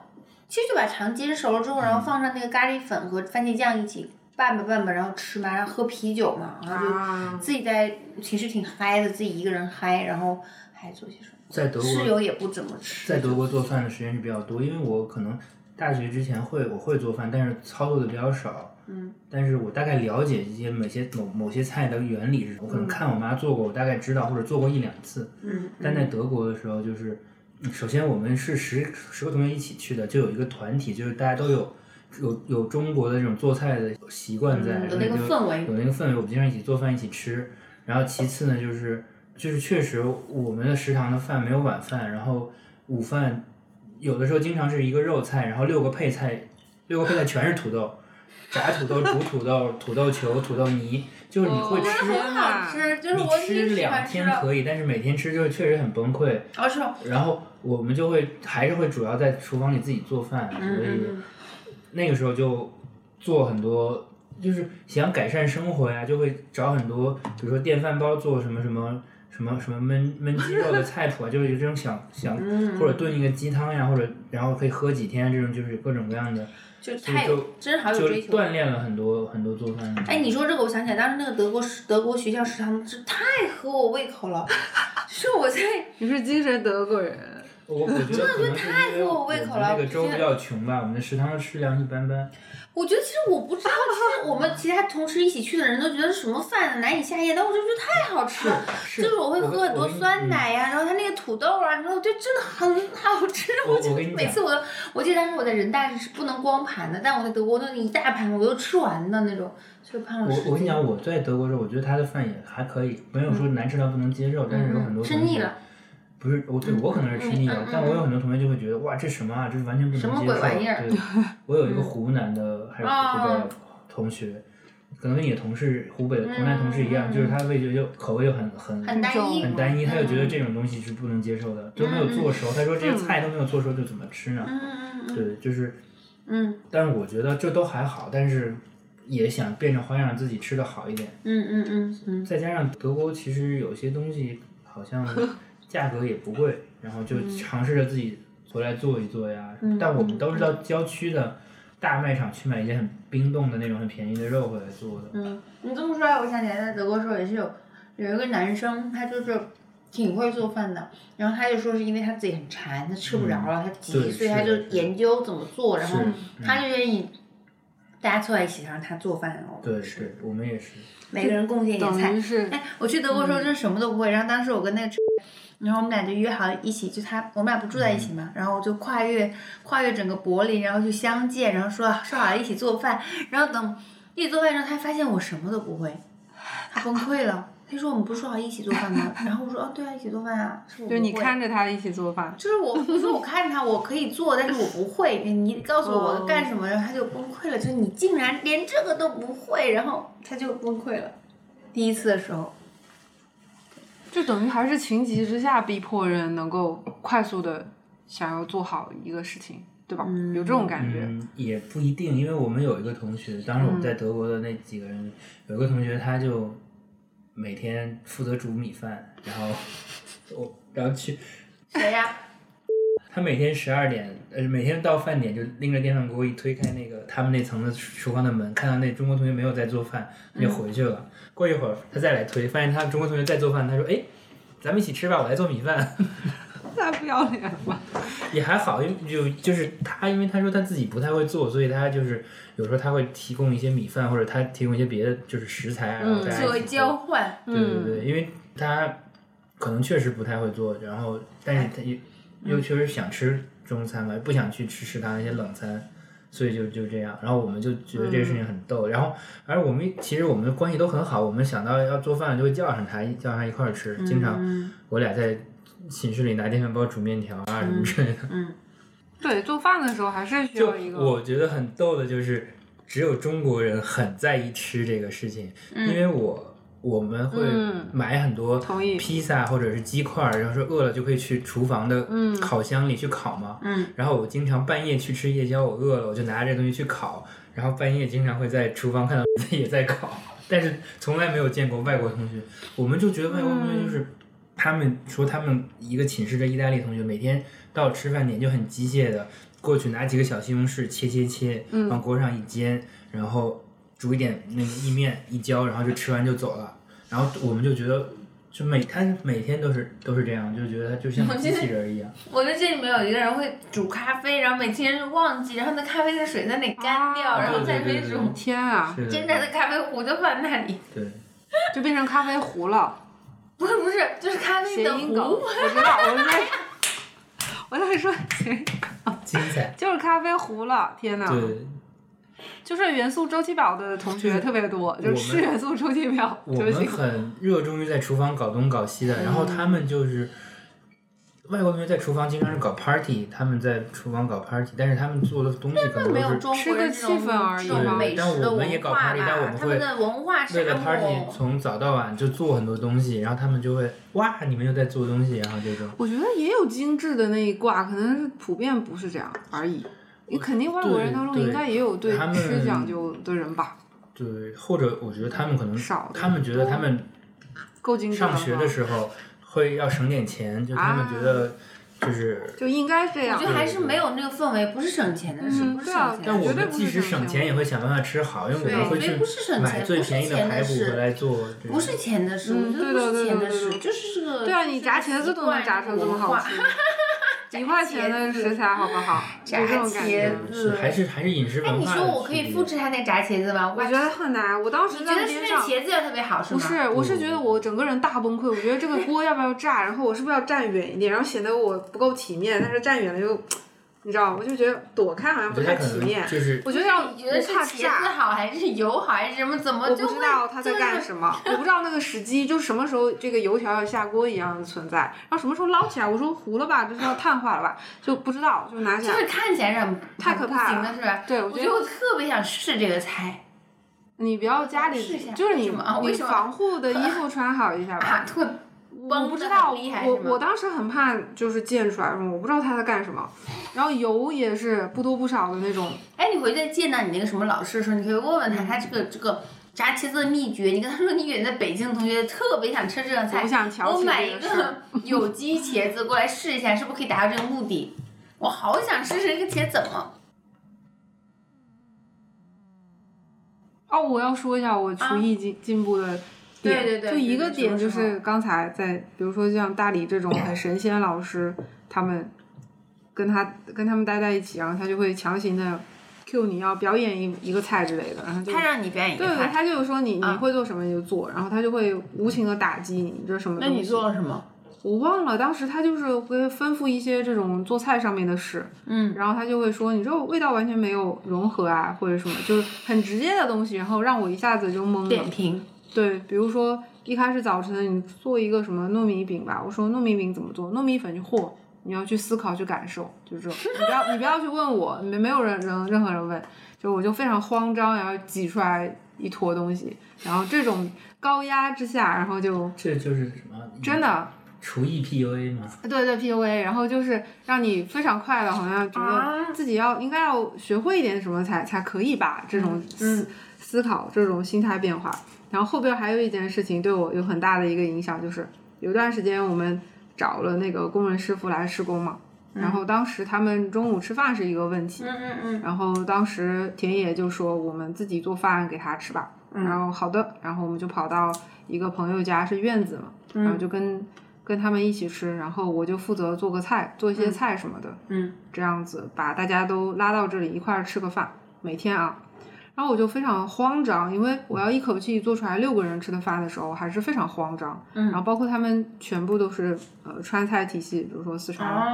其实就把肠煎熟了之后，然
嗯
后放上那个咖喱粉和番茄酱一起拌吧拌吧，然后吃嘛，然后喝啤酒嘛，然后就
啊，
自己在其实挺嗨的，自己一个人嗨，然后还做些什么？
在德
室
国
友也不怎么吃，
在德国做饭的时间是比较多，因为我可能大学之前会我会做饭，但是操作的比较少。
嗯，
但是我大概了解一些某些某某些菜的原理是什么，我可能看我妈做过，我大概知道或者做过一两次。
嗯，
但在德国的时候，就是嗯首先我们是十十个同学一起去的，就有一个团体，就是大家都有有有中国的这种做菜的习惯在，然
嗯有那
后
个
就
氛围
有那个氛围，我们经常一起做饭一起吃。然后其次呢，就是就是确实我们的食堂的饭没有晚饭，然后午饭有的时候经常是一个肉菜，然后六个配菜，六个配菜全是土豆。炸土豆、煮土豆、土豆球、土豆泥，就是你会
哦
吃，
很好吃，就是
你
我挺
吃
喜
两
欢吃
天
的。哦
可以，但是每天吃就确实很崩溃。
而且
然后我们就会还是会主要在厨房里自己做饭，啊所以
嗯
那个时候就做很多，就是想改善生活呀，就会找很多，比如说电饭煲做什么什么什么什么焖焖鸡肉的菜谱啊，就是有这种 想想
嗯
或者炖一个鸡汤呀，或者然后可以喝几天这种，就是各种各样的，
就
所以
太
就
有，真好有
就
追求。
锻炼了很多很多做饭的。
哎，你说这个，我想起来，当时那个德国食德国学校食堂是太合我胃口 了，是我在
你是精神德国人。
我我觉得可能是因为
合我
我
胃
们
口了
那个州
我觉
比
得
较穷吧，我们的食堂的食量一般般。
我觉得其实我不知道，其实我们其他同事一起去的人都觉得什么饭难以下咽，但我就觉得太好吃了。
是
就是我会喝很
我
多
跟嗯
酸奶呀、然后它那个土豆啊，然后就真的很好吃。
我
我
我
就
跟你
每
讲
次我都，我记得当时我在人大是不能光盘的，但我在德国那一大盘我都吃完的那种，就胖了十
嗯我我跟你
斤。
讲，我在德国的时候，我觉得他的饭也还可以，没有说难吃到不能接受，但是有很多
嗯吃
同
腻
学
了，嗯
不是我对我可能是吃腻了，但我有很多同学就会觉得哇，这什么啊，这完全不能接
什
受。
么鬼玩意儿 嗯哦
对，我有一个湖南的还是湖北的同学，可能跟你的同事湖北的湖南同事一样，
嗯嗯
就是他味觉就口味就很很
很单一，
很单一，他就觉得这
嗯
种东西是不能接受的，都没有做熟。他说这些菜都没有做熟，就怎么吃呢？
嗯嗯
对，就是，
嗯
但是我觉得这都还好，但是也想变着花样自己吃的好一点。
嗯嗯嗯嗯
再加上德国其实有些东西好 像价格也不贵，然后就尝试着自己回来做一做呀。
嗯
但我们都是到郊区的大卖场去买一些很冰冻的那种很便宜的肉回来做的。
嗯，你这么说来，我想起来，在德国的时候也是有有一个男生，他就是挺会做饭的，然后他就说是因为他自己很馋，他吃不着了，他急，
嗯对
所以
是
他就
的是的
研究怎么做，然后
是
他就愿意。大家凑在一起，然后他做饭，然后
对
吃，
对，我们也是。
每个人贡献一点
等
菜
于。是
哎，我去德国
嗯
的时候真什么都不会，然后当时我跟那个，然后我们俩就约好一起，就他我们俩不住在一
嗯
起嘛，然后我就跨越跨越整个柏林，然后去相见，然后说啊说好了一起做饭，然后等一起做饭之后，他发现我什么都不会，他崩溃了。他说我们不是说好一起做饭吗？ 然后我说哦对啊，一起做饭啊，是我
就是你
不会
看着他一起做饭，
就是我，我说我看他，我可以做，但是我不会。你告诉我
哦
干什么，然后他就崩溃了。就是你竟然连这个都不会，然后他就崩溃了。第一次的时候，
就等于还是情急之下逼迫人能够快速的想要做好一个事情，对吧？
嗯
有这种感 觉。嗯
嗯，也不一定，因为我们有一个同学，当时我们在德国的那几个人，有一个同学他就每天负责煮米饭，然 后我然后去
谁呀？
他每天十二点，呃，每天到饭点就拎着电饭锅一推开那个他们那层的厨房的门，看到那中国同学没有在做饭，他
嗯
就回去了。过一会儿他再来推，发现他中国同学在做饭，他说：“哎，咱们一起吃吧，我来做米饭。
太不要脸了吧！”
也还好，因为就就是他，因为他说他自己不太会做，所以他就是有时候他会提供一些米饭，或者他提供一些别的就是食材啊，然后
嗯
大家
作
一
为
起
交
做。
换，
对对对，因为他可能确实不太会做，然后但是他也又确实想吃中餐嘛，不想去吃食堂那些冷餐，所以就就这样。然后我们就觉得这个事情很逗。然后，而我们其实我们的关系都很好，我们想到要做饭就会叫上他，叫上他一块儿吃。经常
嗯
我俩在寝室里拿电饭煲煮面条啊什么之类的。
嗯，
对，做饭的时候还是需
就
要一个。
我觉得很逗的就是，只有中国人很在意吃这个事情，
嗯
因为我我们会
嗯
买很多
同意
披萨或者是鸡块儿，然后说饿了就可以去厨房的
嗯
烤箱里去烤嘛。
嗯
然后我经常半夜去吃夜宵，我饿了我就拿着这东西去烤，然后半夜经常会在厨房看到 也在烤，但是从来没有见过外国同学，我们就觉得外国同学就是。他们说，他们一个寝室的意大利同学，每天到吃饭点就很机械的过去拿几个小西红柿切切切，
嗯
往锅上一煎，然后煮一点那个意面一浇，然后就吃完就走了。然后我们就觉得，就每他每天都是都是这样，就觉得他就像机器人一样。
我在这里面有一个人会煮咖啡，然后每天就忘记，然后那咖啡的水在那干掉，
啊
然后再
对对
没
对对
煮，
天啊，
是的
现在的咖啡壶就放那里。
对，
就变成咖啡壶了，
不是不是，就是咖啡
谐
的
音梗。
壶。
我知道，我在，我在说谐音
精彩。
就是咖啡壶了。天哪，
对，
就是元素周期表的同学特别多，
就是我
就
们
吃元素周期表
我
就
们
行。
很热衷于在厨房搞东搞西的，然后他们就是外国同学在厨房经常是搞 party，他们在厨房搞 party，但是他们做的东西可
没有
能都
中国人这种
吃个气氛而已
这种
嘛
美食
对但
的
我们也
文
搞
化
party，但我
吧
们，
他们
会
的文化
是为
沙
了 party
漠。
从早到晚就做很多东西，然后他们就会哇，你们又在做东西，然后这种。
我觉得也有精致的那一挂，可能是普遍不是这样而已。你肯定外国人当中
对
应该也有对
他们
吃讲究的人吧？
对，或者我觉得他们可能
少的
他们觉得他们
够精致了
上
吗？
学的时候会要省点钱，就他们觉得就是
就应该这样
我觉。得还是没有那个氛围，不是省钱的事，
嗯
不是
对啊
省钱
但
的
我
绝对
们
不
即使
是省
省
钱啊
钱也会想办法吃好，因为我
对
们会
所以
去
不是省
买
钱
最
不是
便宜的
钱的
排骨
事
回来做这种。
不是钱的事，我
嗯
觉得
对
不
的
是钱
对
的
的对的
事，就是这个。
对啊，你
就是
炸
习
茄子都能
惯
炸成这么好
文化
吃，一块钱的食材好不好？
炸
就这种感觉
茄子。
是还是还是饮食
哎，
文
你
化。
说我可以复。制他那炸茄子吗？
我
我
觉得很难，我当时
你觉
在
得是
边
那
上。
茄子特别好是
不
吗？
是，我是觉得我整个人大崩溃。我觉得这个锅要不要炸，然后我是不是要站远一点，然后显得我不够体面。但是站远了又，你知道，我就觉得躲开好像
我
不
觉得
太
他可
体
能
面。
就是
我觉得要
你觉得
我
是
怕
茄子
炸，
好还是油好还是什么？怎么
我
就
不
会
知道他在干
就是
什么，我不知道那个时机，就什么时候这个油条要下锅一样的存在，然后什么时候捞起来，我说糊了吧，这是要碳化了吧，就不知道，就拿起
就
来。
是看起来是很
太可怕
很
了
不行的是吧？
对，
我
我
觉
觉
得
得
我特别想试这个菜
你不要家
试一下
里就是
为
你
什么啊为
你
什么
防护的衣服穿好一下吧。
啊，特
我不知道，
厉害
我
是吗
我当时很怕就是溅出来什么，我不知道他在干什么。然后油也是不多不少的那种，
哎，你回去见到你那个什么老师的时候，你可以问问他，他这个这个炸茄子的秘诀。你跟他说你远在北京的同学特别想吃这个
我
菜
不，想挑
我
起
买
这
一
个事儿。
个 有机茄子过来试一下，是不是可以达到这个目的？我好想试试这个茄子怎么。
哦，我要说一下我厨艺进、进步的点，
啊对对对
就一个
对对
点就
什么时
是刚才在，比如说像大理这种很神仙老师，他们跟他跟他们待在一起，然后他就会强行的 cue 你要表演一一个菜之类的，然后就
他让你表演一个
对对，
菜，
他就说你你
啊
会做什么你就做，然后他就会无情的打击你，你这是什么东西？
了什么？
我忘了，当时他就是会吩咐一些这种做菜上面的事，
嗯，
然后他就会说你这味道完全没有融合啊，或者什么，就是很直接的东西，然后让我一下子就懵
点
了。
评。
对，比如说一开始早晨你做一个什么糯米饼吧，我说糯米饼怎么做，糯米粉去和，你要去思考去感受，就是这种，你不要你不要去问我，没没有人人任何人问，就我就非常慌张，然后挤出来一坨东西，然后这种高压之下，然后就
这就是什么嗯
真的。
厨艺 PUA 吗？
对对 PUA，然后就是让你非常快的，好像觉得自己要、应该要学会一点什么才才可以吧，这种思、思考，这种心态变化。然后后边还有一件事情对我有很大的一个影响，就是有段时间我们找了那个工人师傅来施工嘛，然后当时他们中午吃饭是一个问题，
嗯嗯嗯。
然后当时田野就说我们自己做饭给他吃吧，嗯
嗯
然后好的，然后我们就跑到一个朋友家是院子嘛，
嗯
然后就跟跟他们一起吃，然后我就负责做个菜，做一些菜什么的，
嗯
这样子把大家都拉到这里一块儿吃个饭，每天啊。然后我就非常慌张，因为我要一口气做出来六个人吃的饭的时候，还是非常慌张。
嗯
然后包括他们全部都是呃川菜体系，比如说四川
啊，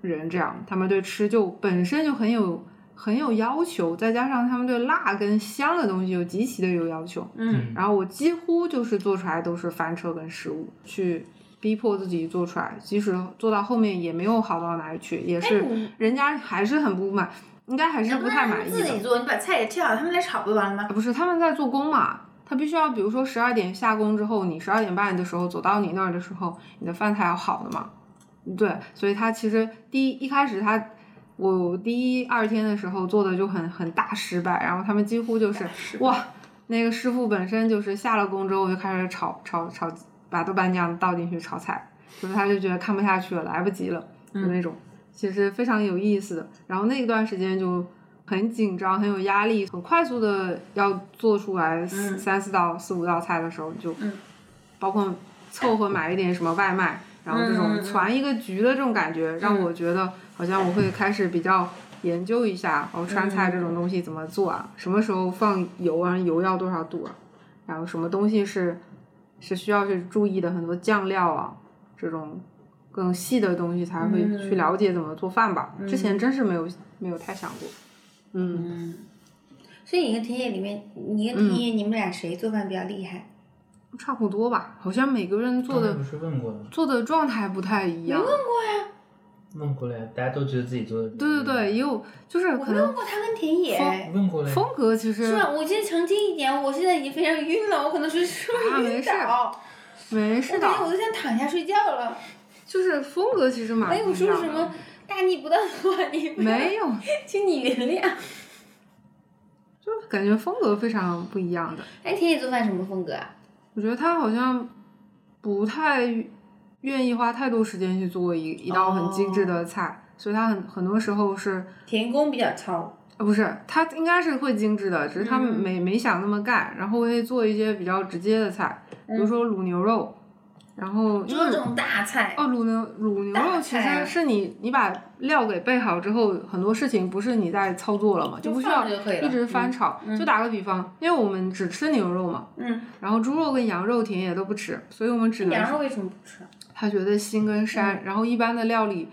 人这样，他们对吃就本身就很有很有要求，再加上他们对辣跟香的东西又极其的有要求，
嗯
然后我几乎就是做出来都是翻车跟失误，去逼迫自己做出来，即使做到后面也没有好到哪里去，也是
哎你
人家还是很不满，应该还是不太满意
自己
的。
做，你把菜也切好，他们来炒不完了吗
啊？不是他们在做工嘛，他必须要比如说十二点下工之后，你十二点半的时候走到你那儿的时候，你的饭才要好的嘛。对，所以他其实第一一开始他。我第一二天的时候做的就很很大失败，然后他们几乎就是哇，那个师傅本身就是下了工之后就开始炒炒炒，把豆瓣酱倒进去炒菜，就是他就觉得看不下去了，来不及了，就
嗯
那种，其实非常有意思的。然后那段时间就很紧张，很有压力，很快速的要做出来四
嗯
三四道、四五道菜的时候，就
嗯
包括凑合买一点什么外卖，然后这
嗯嗯
种
嗯
攒一个局的这种感觉，让
嗯
我觉得好像我会开始比较研究一下哦，川菜这
嗯
种东西怎么做啊？什么时候放油啊？油要多少度啊？然后什么东西是是需要去注意的？很多酱料啊，这种更细的东西才会
嗯
去了解怎么做饭吧。之前真是没有没有太想过，嗯，嗯
嗯，所以你跟田野里面，你跟田野，你们俩谁做饭比较厉害？
差不多吧，好像每个人做
刚才
的
不是问过了吗？
做的状态不太一样。
问过了呀，大家都觉得自己做的。嗯
对对对，也有就是
我
可
没问
能
过他跟田野。
问过了呀。
风格其实
是吧？啊我今天澄清一点，我现在已经非常晕了，我可能是是不
啊
是
没
晕
事
倒？
没
我
事的
感，觉我都想躺下睡觉了。
就是风格其实蛮
哎，
不
我
一
说
样
了
的。
什么大逆不道的话？你不要
没，有，
请你原 谅。
就是感觉风格非常不一样的。
哎，田野做饭什么风格啊？
我觉得他好像不太愿意花太多时间去做一一道很精致
哦
的菜，所以他很很多时候是
田工比较糙。
啊，不是，他应该是会精致的，只是他
嗯
没、没想那么干，然后会做一些比较直接的菜，比如说卤牛肉，然后因
就是
为
嗯这
卤
种大菜。
哦，卤牛卤牛
大
肉其
菜啊
实是你你把料给备好之后，很多事情不是你在操作了嘛，
就
就不需
放
要
着就可以了
一直翻炒。
嗯嗯
就打个比方，因为我们只吃牛肉嘛，
嗯，
然后猪肉跟羊肉田野都不吃，所以我们只能
羊肉为嗯什么不吃？
他觉得腥跟膻，然后一般的料理，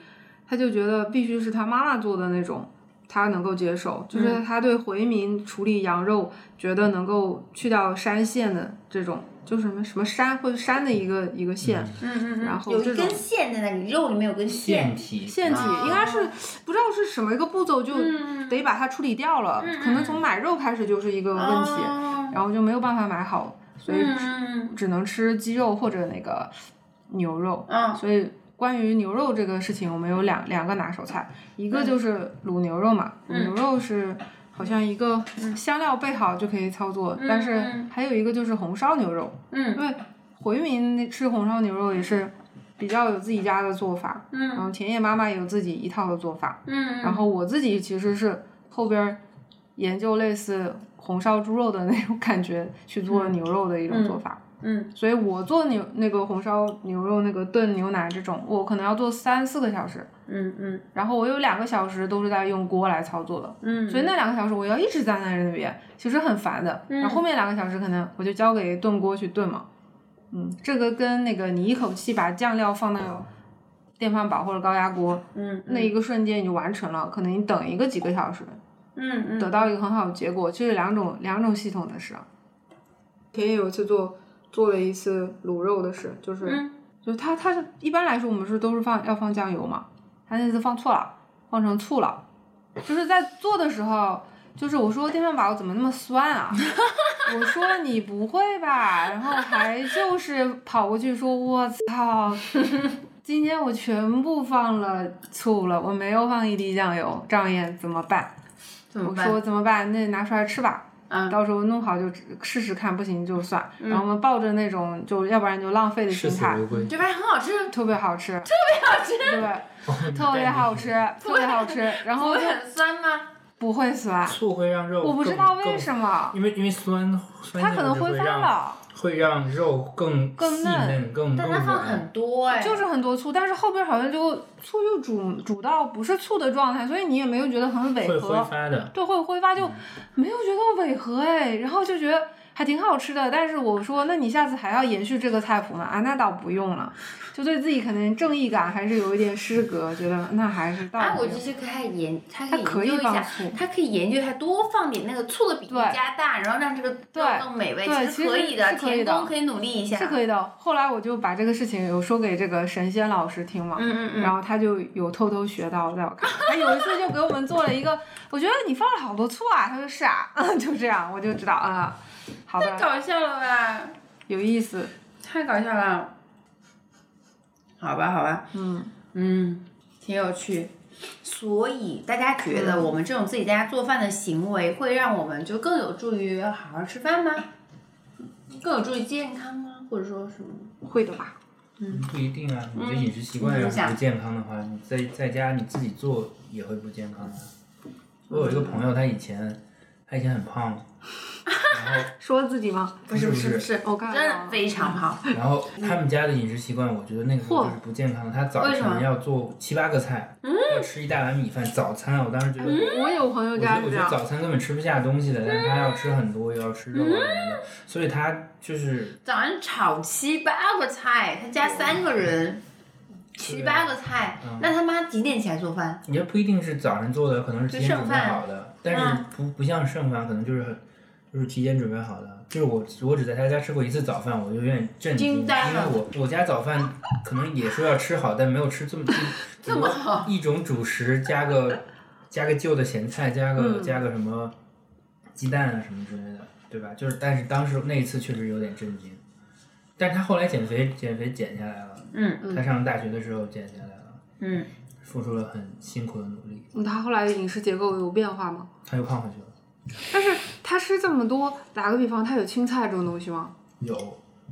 他就觉得必须是他妈妈做的那种，他能够接受。就是
嗯
他对回民处理羊肉，觉得能够去掉膻线的这种，就是什么什么膻会膻的一个一个线。
嗯嗯嗯，
然后
有
这
一
种
根线在那里，肉里面有根
腺。
线
体。啊
腺体
哦
应该是不知道是什么一个步骤就
嗯
得把它处理掉了，
嗯
可能从买肉开始就是一个问题，
哦
然后就没有办法买好，所以
嗯
只能吃鸡肉或者那个牛肉。
嗯
所以关于牛肉这个事情，我们有两两个拿手菜，一
嗯
个就是卤牛肉嘛，卤牛肉是好像一个香料备好就可以操作，
嗯
但是
嗯
还有一个就是红烧牛肉，
嗯
因为回民那吃红烧牛肉也是比较有自己家的做法，然
嗯
后田野妈妈也有自己一套的做法，
嗯，
然后我自己其实是后边儿研究类似红烧猪肉的那种感觉去做
嗯
牛肉的一种做
嗯
法。
嗯
所以我做牛那个红烧牛肉那个炖牛奶这种，我可能要做三四个小时，
嗯嗯
然后我有两个小时都是在用锅来操作的，
嗯，
所以那两个小时我要一直站在那边，其实很烦的。
嗯
然后后面两个小时可能我就交给炖锅去炖嘛，嗯，这个跟那个你一口气把酱料放到电饭煲或者高压锅
嗯
那一个瞬间你就完成了，可能你等一个几个小时，
嗯嗯
得到一个很好的结果，这是两种两种系统的事啊。田野有一次做做了一次卤肉的事，就是、
嗯
就是他他是一般来说我们是都是放要放酱油嘛，他那次放错了，放成醋了，就是在做的时候，就是我说电饭煲怎么那么酸啊？ 我说你不会吧？然后还就是跑过去说，我操！今天我全部放了醋了，我没有放一滴酱油，张燕怎么办？
怎么
我
办
说怎么办？那拿出来吃吧，
啊
到时候弄好就试试看，不行就算。
嗯
然后我们抱着那种就要不然就浪费的心
视死
态
如，归。
这玩意很好吃，
特别好吃，特别好吃，对，特别好吃，
嗯
特别好吃。然
不
后
会
就
很酸吗？
不会 酸，
醋会让肉更。
我不知道为什
么。
么，
因为因为酸，酸
它可能
性会
发
让
老，
会让肉更
更
细
嫩
嫩、更
但
更
它放
软。
很多哎，
就是很多醋，但是后边好像就醋就煮煮到不是醋的状态，所以你也没有觉得很违
会挥
和，
发的，
对，会挥发就没有觉得违和哎，然后就觉得还挺好吃的。但是我说，那你下次还要延续这个菜谱吗？啊，那倒不用了，就对自己可能正义感还是有一点失格，觉得那还是倒
哎，
不
我
用
其实可以研，它
它
可
可
以研
以
究一
放
下，
醋，
它可以研究一下，多放点那个醋的比例
对
加大，然后让这个
对
肉更美味，
对
其
其
可
实
以的，
是可以
田
的
工可以努力一下，
是可以的。后来我就把这个事情有说给这个神仙老师听嘛，
嗯嗯嗯，
然后他就有偷偷学到，在我看，他有一次就给我们做了一个，我觉得你放了好多醋啊，他说是啊， 就这样，我就知道啊、好
太
的，
搞笑了吧，
有意思，
太搞笑了，好吧好吧，
嗯，
嗯，挺有趣。所以大家觉得我们这种自己在家做饭的行为，会让我们就更有助于好好吃饭吗？更有助于健康吗？或者说什么？
会的吧？
不一定啊。你的饮食习惯
嗯
要
你想
是不健康的话，你在在家你自己做也会不健康的。我有一个朋友，他以前他以前很胖，然 后
说自己吗？
不是不是不哦
是
我看
真
到
的
了
非常胖。
然后他们家的饮食习惯，我觉得那个时候就是不健康的。他早
为什么嗯
晨要做七八个菜，要吃一大碗米饭。早餐我当时觉得，
我有朋友
我
这
觉得
样
我
这
觉得
样，
早餐根本吃不下东西的，但是他要吃很多，又要吃
嗯
肉啊什么的，所以他就是
早上炒七八个菜，他家三个人，七八个菜，
嗯
那他妈几点起来做饭？
也不一定是早上做的，可能是提前准备好的，但是
嗯
不不像剩饭，可能就是很就是提前准备好的。就是我我只在他家吃过一次早饭，我就有点震惊，
惊
因为
呆了
我我家早饭可能也说要吃好，但没有吃这么
这么好
一种主食加个加个旧的咸菜，加个、
嗯
加个什么鸡蛋啊什么之类的，对吧？就是，但是当时那一次确实有点震惊，但是他后来减肥减肥减下来了，
嗯
他上大学的时候减下来了，
嗯，
付出了很辛苦的努力，
嗯他后来饮食结构有变化吗？
他又胖回去了。
但是他吃这么多，打个比方，他有青菜这种东西吗？
有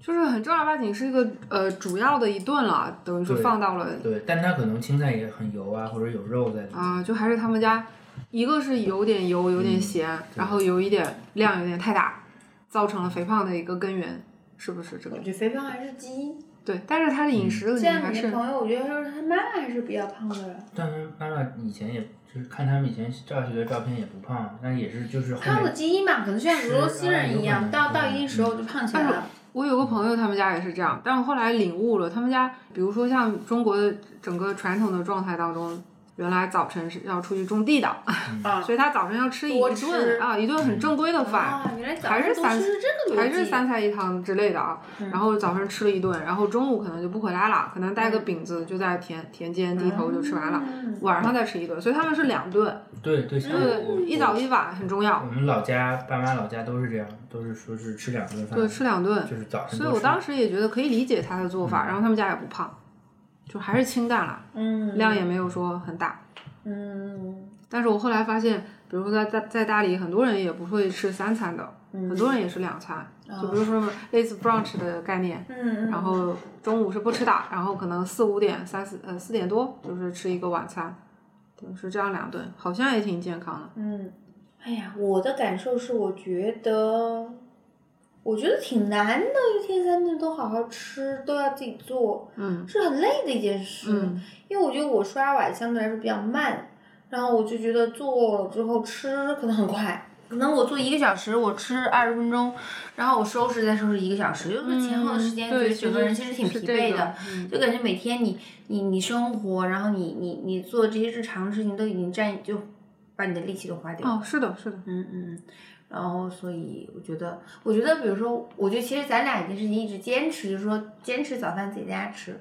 就是很正儿八经是一个呃主要的一顿了，等于说
对
放到了
对，但他可能青菜也很油啊，或者有肉在里
嗯
面。
啊，就还是他们家，一个是有点油，有点
嗯
咸，然后有一点量有点太大，造成了肥胖的一个根源，是不是这个
我？觉得肥胖还是基因。
对，但是他的
嗯
饮食里面
像
还
你的
是
朋友，我觉得他妈妈还是比较胖的，
但他妈妈以前也就是看他们以前大学的照片也不胖，但也是
嗯
就是后
胖的
面
基因嘛，可能就像俄罗斯人一样，
是啊
到
有可能
到一定时候就胖起来了。
我有个朋友，他们家也是这样，但是后来领悟了，他们家比如说像中国的整个传统的状态当中。原来早晨是要出去种地的，
嗯
啊
所以他早晨要吃一
多吃
顿啊，一顿很正规的饭，
啊，原来早
还
上
是
都
三
是这个
还
逻
是
辑。
三菜一汤之类的啊。
嗯
然后早上吃了一顿，然后中午可能就不回来了，可能带个饼子就在田田间低头就吃完了，
嗯
晚上再吃一顿，所以他们是两顿，
对对，像哎我
一早一晚很重要
我，们老家爸妈老家都是这样，都是说是吃两顿饭，
对，吃两顿。
就是早上
所以
都
我
吃。
当时也觉得可以理解他的做法，然后他们家也不胖，就还是清淡了，
嗯
量也没有说很大。
嗯
但是我后来发现，比如说在在在大理，很多人也不会吃三餐的，
嗯
很多人也是两餐，就比如说类似 brunch 的概念，
嗯，
然后中午是不吃的，然后可能四五点、三四呃四点多就是吃一个晚餐，就是这样两顿，好像也挺健康的。
嗯，哎呀，我的感受是，我觉得，我觉得挺难的，一天三顿都好好吃，都要自己做，
嗯
是很累的一件事。
嗯
因为我觉得我刷碗相对来说比较慢，然后我就觉得做了之后吃可能很快。可能我做一个小时，我吃二十分钟，然后我收拾再收拾一个小时，就是前后的时间，觉
嗯对
得整个人其实挺疲惫的。。
是嗯
就感觉每天你你你生活，然后你你你做这些日常的事情都已经占就把你的力气都花
这个
掉了。
嗯哦，是的，是的，
嗯嗯，然后所以我觉得，我觉得比如说，我觉得其实咱俩一件事情一直坚持，就是说坚持早饭自己在家吃。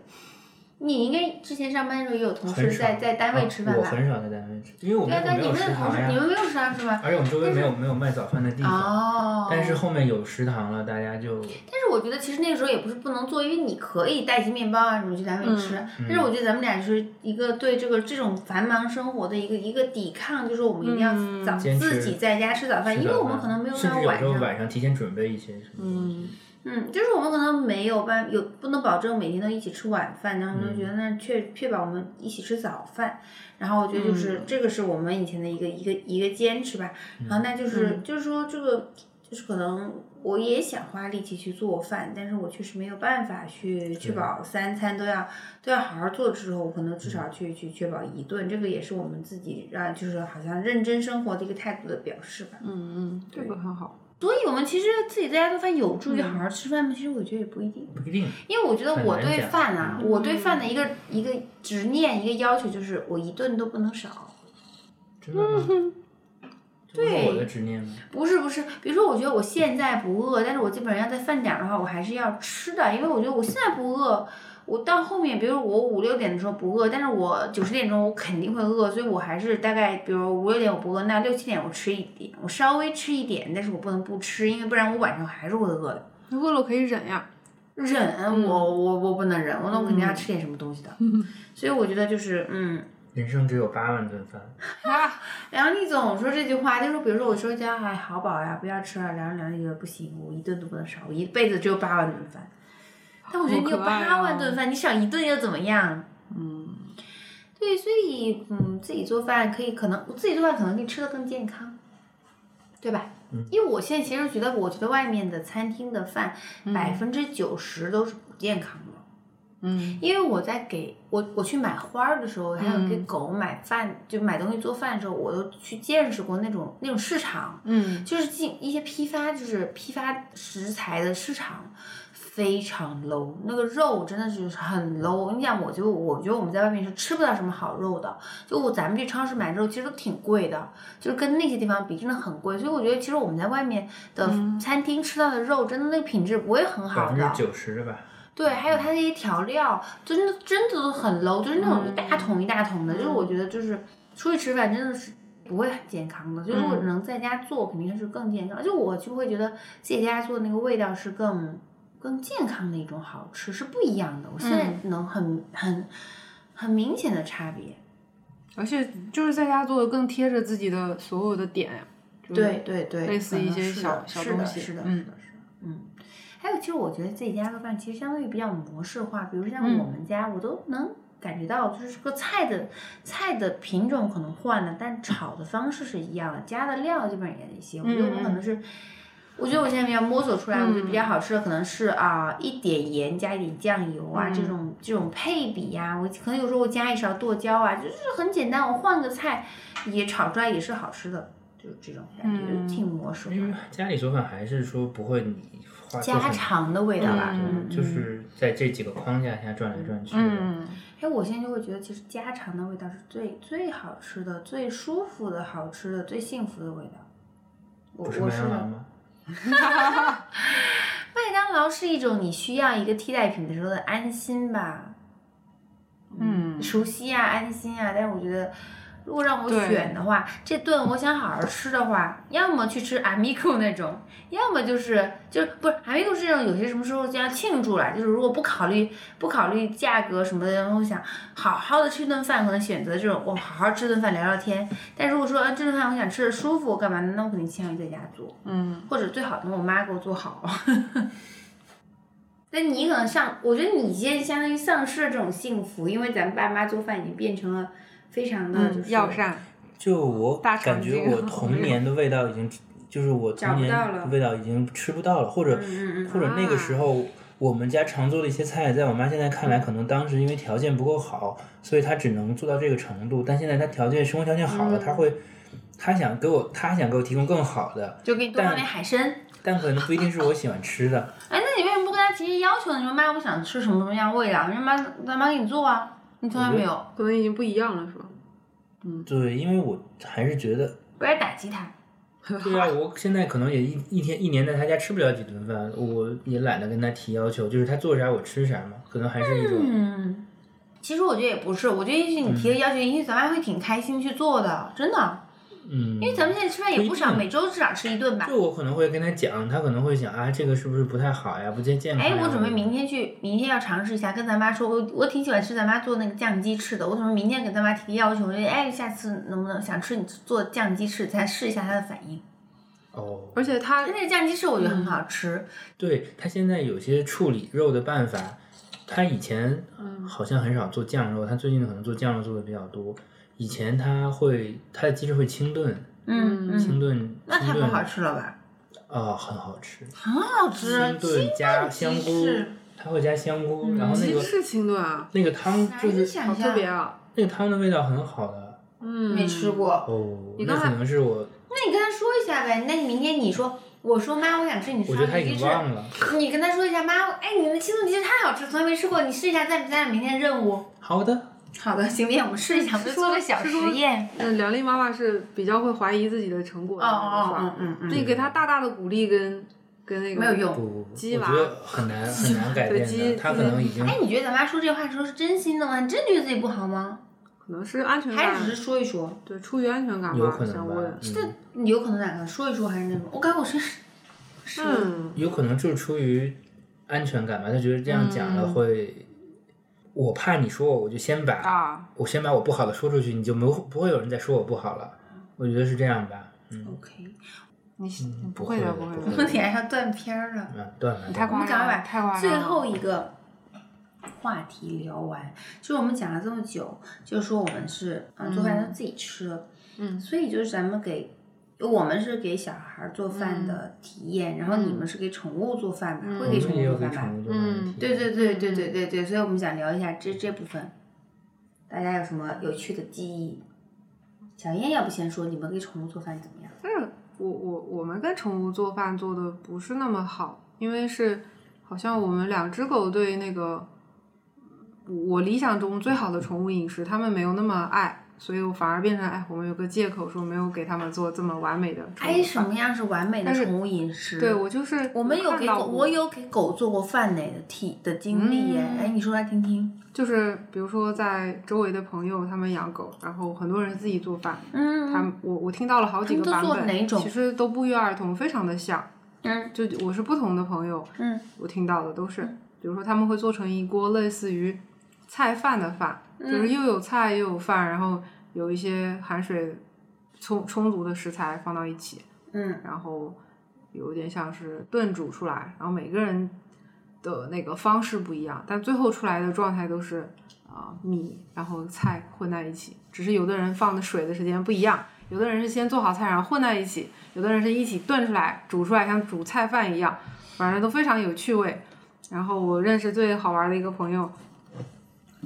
你应该之前上班的时候也有同
很
事
少啊
在在单位吃饭
我
吧？
很少在单位吃，因为我
对
们，
啊
我
但
没
你
有
们
食
的同
堂
事
呀，
你们没有食堂是吧？
而且我们周围没有没有卖早饭的地方。
哦，
但是后面有食堂了，大家就
但是我觉得其实那个时候也不是不能做，因为你可以带些面包啊什么去单位吃。
嗯
但是我觉得咱们俩就是一个对这个这种繁忙生活的一个一个抵抗，就是我们一定要
嗯
早、
坚持
自己在家吃早饭，
吃
因为
早
我们
饭
可能没有
甚
办法
至有
晚
时候
上。
晚上提前准备一些什么东西。
嗯，
嗯，就是我们可能没有办有不能保证每天都一起吃晚饭，然后我们就觉得那确确保我们一起吃早饭，然后我觉得就是、这个是我们以前的一个一个一个坚持吧，然后那就是、就是说这个就是可能我也想花力气去做饭，但是我确实没有办法去确保三餐都要都要好好做的时候，我可能至少去去确保一顿，这个也是我们自己让就是好像认真生活的一个态度的表示吧。
嗯嗯，这个很好。
所以我们其实自己在家做饭有助于好好吃饭吗？其实我觉得也不一定，
不一定。
因为我觉得我对饭
很难
啊，
讲嗯
我对饭的一个一个执念一个要求就是我一顿都不能少。
真的吗？这不是
对
我的执念吗？
不是不是，比如说，我觉得我现在不饿，但是我基本上要在饭点儿的话，我还是要吃的，因为我觉得我现在不饿，我到后面，比如我五六点的时候不饿，但是我九十点钟我肯定会饿，所以我还是大概，比如五六点我不饿，那六七点我吃一点，我稍微吃一点，但是我不能不吃，因为不然我晚上还是会饿的。
饿了可以忍呀。
忍，我我我不能忍，我那我肯定要吃点什么东西的。所以我觉得就是，嗯，
人生只有八万顿饭，
啊，
然后你总说这句话，就是比如说我说家哎好饱呀，不要吃了，凉着凉着觉得不行，我一顿都不能少，我一辈子只有八万顿饭。但我觉得你有
好可爱哦
八万顿饭，你少一顿又怎么样？
嗯，
对，所以嗯，自己做饭可以，可能自己做饭可能可以吃的更健康，对吧？
嗯
因为我现在其实觉得，我觉得外面的餐厅的饭
嗯
百分之九十都是不健康的。
嗯
因为我在给我我去买花儿的时候，还有给
嗯
狗买饭，就买东西做饭的时候，我都去见识过那种那种市场，
嗯，
就是进一些批发，就是批发食材的市场，非常 low，那个肉真的是很 low。你想，我就我觉得我们在外面是吃不到什么好肉的，就我咱们去超市买肉其实都挺贵的，就是跟那些地方比真的很贵。所以我觉得其实我们在外面的
嗯
餐厅吃到的肉，真的那个品质不会很
百
好
分
的。
之九十的吧。
对，还有它那些调料，真的真的都很 low，就是那种一大桶一大桶的，就是我觉得就是出去吃饭真的是不会很健康的，就是我
嗯
能在家做肯定是更健康，就我就会觉得自己在家做那个味道是更更健康的一种好吃，是不一样的。我现在能很、很很明显的差别。
而且就是在家做的更贴着自己的所有的点呀。就是
对，对对，
类似一
嗯
些
是的
小小
是的
东西
是的，
嗯
是的，是的，嗯。还有，其实我觉得自己家做饭其实相对于比较模式化，比如像
嗯
我们家，我都能感觉到，就是这个菜的菜的品种可能换了，但炒的方式是一样的，加的料基本上也一些。我觉得
嗯
我可能是，我觉得我现在比较摸索出来，我觉得比较好吃的可能是啊、一点盐加一点酱油啊、
嗯
这种这种配比呀、我可能有时候我加一勺剁椒啊，就是很简单，我换个菜也炒出来也是好吃的，就是这种感觉，
嗯
挺模式化
因为家里做饭还是说不会你花做
家
很
常的味道吧。嗯
嗯，就是在这几个框架下转来转去的。
嗯
哎，我现在就会觉得，其实家常的味道是最最好吃的、最舒服的、好吃的、最幸福的味道。我
不是
我
麦当
是
劳吗？
麦当劳是一种你需要一个替代品的时候的安心吧，
嗯
熟悉啊，安心啊。但是我觉得，如果让我
对
选的话，这顿我想好好吃的话，要么去吃 Amico 那种，要么就是就是不是 Amico 是那种有些什么时候就要庆祝了，就是如果不考虑不考虑价格什么的，然后想好好的吃顿饭，可能选择这种我好好吃顿饭聊聊天。但如果说、啊、这顿饭我想吃的舒服干嘛的，那我肯定倾向于在家做。
嗯，
或者最好等我妈给我做好。 但你可能上，我觉得你现在相当于丧失了这种幸福，因为咱们爸妈做饭已经变成了非常的就是、
嗯，药膳，
就我
大肠
感觉
镜
我童年的味道已经，就是我
找
童
不
年
到
的
了
味道已经吃不到了，或者
嗯嗯
或者那个
啊
时候。我们家常做的一些菜，在我妈现在看
嗯
来，可能当时因为条件不够好，所以她只能做到这个程度。但现在她条件生活条件好
嗯
了，她会，她想给我，她想给我提供更好的，
就给你多放
但
点海参。
但可能不一定是我喜欢吃的。
哎，那你为什么不跟他提要求呢？你说妈，我想吃什么什么样味道，人家妈让妈给你做啊，你从来没有，
可能已经不一样了，是吧？
对，因为我还是觉得
不要打击他。
对啊，我现在可能也一一天一年在他家吃不了几顿饭，我也懒得跟他提要求，就是他做啥我吃啥嘛，可能还是一种，
嗯，其实我觉得也不是，我觉得也许你提的要求，也许咱妈会挺开心去做的，真的。
嗯，
因为咱们现在吃饭也不少，
不一定
每周至少吃一顿吧。
就我可能会跟他讲，他可能会想啊，这个是不是不太好呀，不健健康
哎
呀。，
我准备明天去，明天要尝试一下，跟咱妈说，我我挺喜欢吃咱妈做那个酱鸡翅的，我准备明天给咱妈提要求，哎，下次能不能想吃你做酱鸡翅，咱试一下她的反应。
哦，
而且它
但那个酱鸡翅我觉得
嗯
很好吃，
对他现在有些处理肉的办法，他以前好像很少做酱肉，他最近可能做酱肉做的比较多。以前他会他的鸡翅会清炖，
嗯
嗯
清炖，
那
清
太不
炖
好吃了吧？
啊，很好吃，
很好吃
清。炖加香菇嗯
鸡翅，
它会加香菇，
嗯
然后那
鸡
个
翅清炖啊，
那个汤
难
就
以
是
想
好特别
象，
啊！
那个汤的味道很好的
嗯，
没吃。过。
哦，
你
那
刚
可
才
能是我，
那你跟他说一下呗。那你明天你说，我说妈，我想吃你
我
烧
觉得他
的
已
鸡
经
翅，
忘了。
你跟他说一下，妈，哎，你的清炖鸡翅太好吃，从来没吃过，你试一下，咱咱俩明天任务。
好的，
好 的，行天我们试一下，我们做个小
是
实
说
验。
那梁丽妈妈是比较会怀疑自己的成果
哦
的那个事
哦
儿，
嗯嗯
那你给她大大的鼓励跟跟那
嗯，
个
没有
不
用。
不不，我
鸡
觉
娃
得很难很难改
对
变
鸡
的，他可能已经
哎，你觉得咱妈说这话的时候是真心的吗？你真觉得自己不好吗？
可能是安全
还
感
是，只是说一说？
对，出于安全感
有
吧
可，能
想
吧
问，，
嗯，
你有可能哪个说一说还是那种？我感觉我是
嗯，
有可能就是出于安全感吧，他觉得这样讲了
嗯
会，我怕你说我，我就先把
啊，
我先把我不好的说出去，你就没有不会有人再说我不好了。我觉得是这样吧，
哦
嗯，
OK，
你
嗯
不
不
会
会
的，
的
不
不
会
会
的
的，
你还要断片儿了。
嗯，断了。
你太
断了
夸
们赶
张
快
了，
把
太夸张了。
最后一个话题聊完，就是我们讲了这么久，就是说我们是嗯做饭都自己吃，
嗯
所以就是咱们给我们是给小孩儿做饭的体验，然后你们是给宠物做饭吧，
嗯
会
我
给
们
宠
也有
物做
给
饭吧？
宠物做饭的
嗯
体
对
验
对对对对对对，所以我们想聊一下这这部分，大家有什么有趣的记忆？小燕，要不先说你们给宠物做饭怎么样？
但是我我我们跟宠物做饭做的不是那么好，因为是好像我们两只狗对那个我我理想中最好的宠物饮食，它们没有那么爱，所以我反而变成哎，我们有个借口说没有给它们做这么完美的宠
哎，
物
什
饭。
么样是完美的
但是
宠物饮食？
对我就是
我们有
看
给
到
狗，
过
我有给狗做过饭呢的体的经历耶。
嗯
哎，你说来听听。
就是比如说在周围的朋友他们养狗，然后很多人自己做饭，
嗯
他们我我听到了好几
他们
个
都
版
做
本，
哪种
其实都不约而同，非常的像。
嗯
就我是不同的朋友，
嗯
我听到的都是
嗯，
比如说他们会做成一锅类似于菜饭的饭，就是
嗯
又有菜又有饭，然后有一些含水充充足的食材放到一起，
嗯
然后有点像是炖煮出来，然后每个人的那个方式不一样，但最后出来的状态都是啊、米然后菜混在一起，只是有的人放的水的时间不一样，有的人是先做好菜然后混在一起，有的人是一起炖出来煮出来，像煮菜饭一样，反正都非常有趣味。然后我认识最好玩的一个朋友，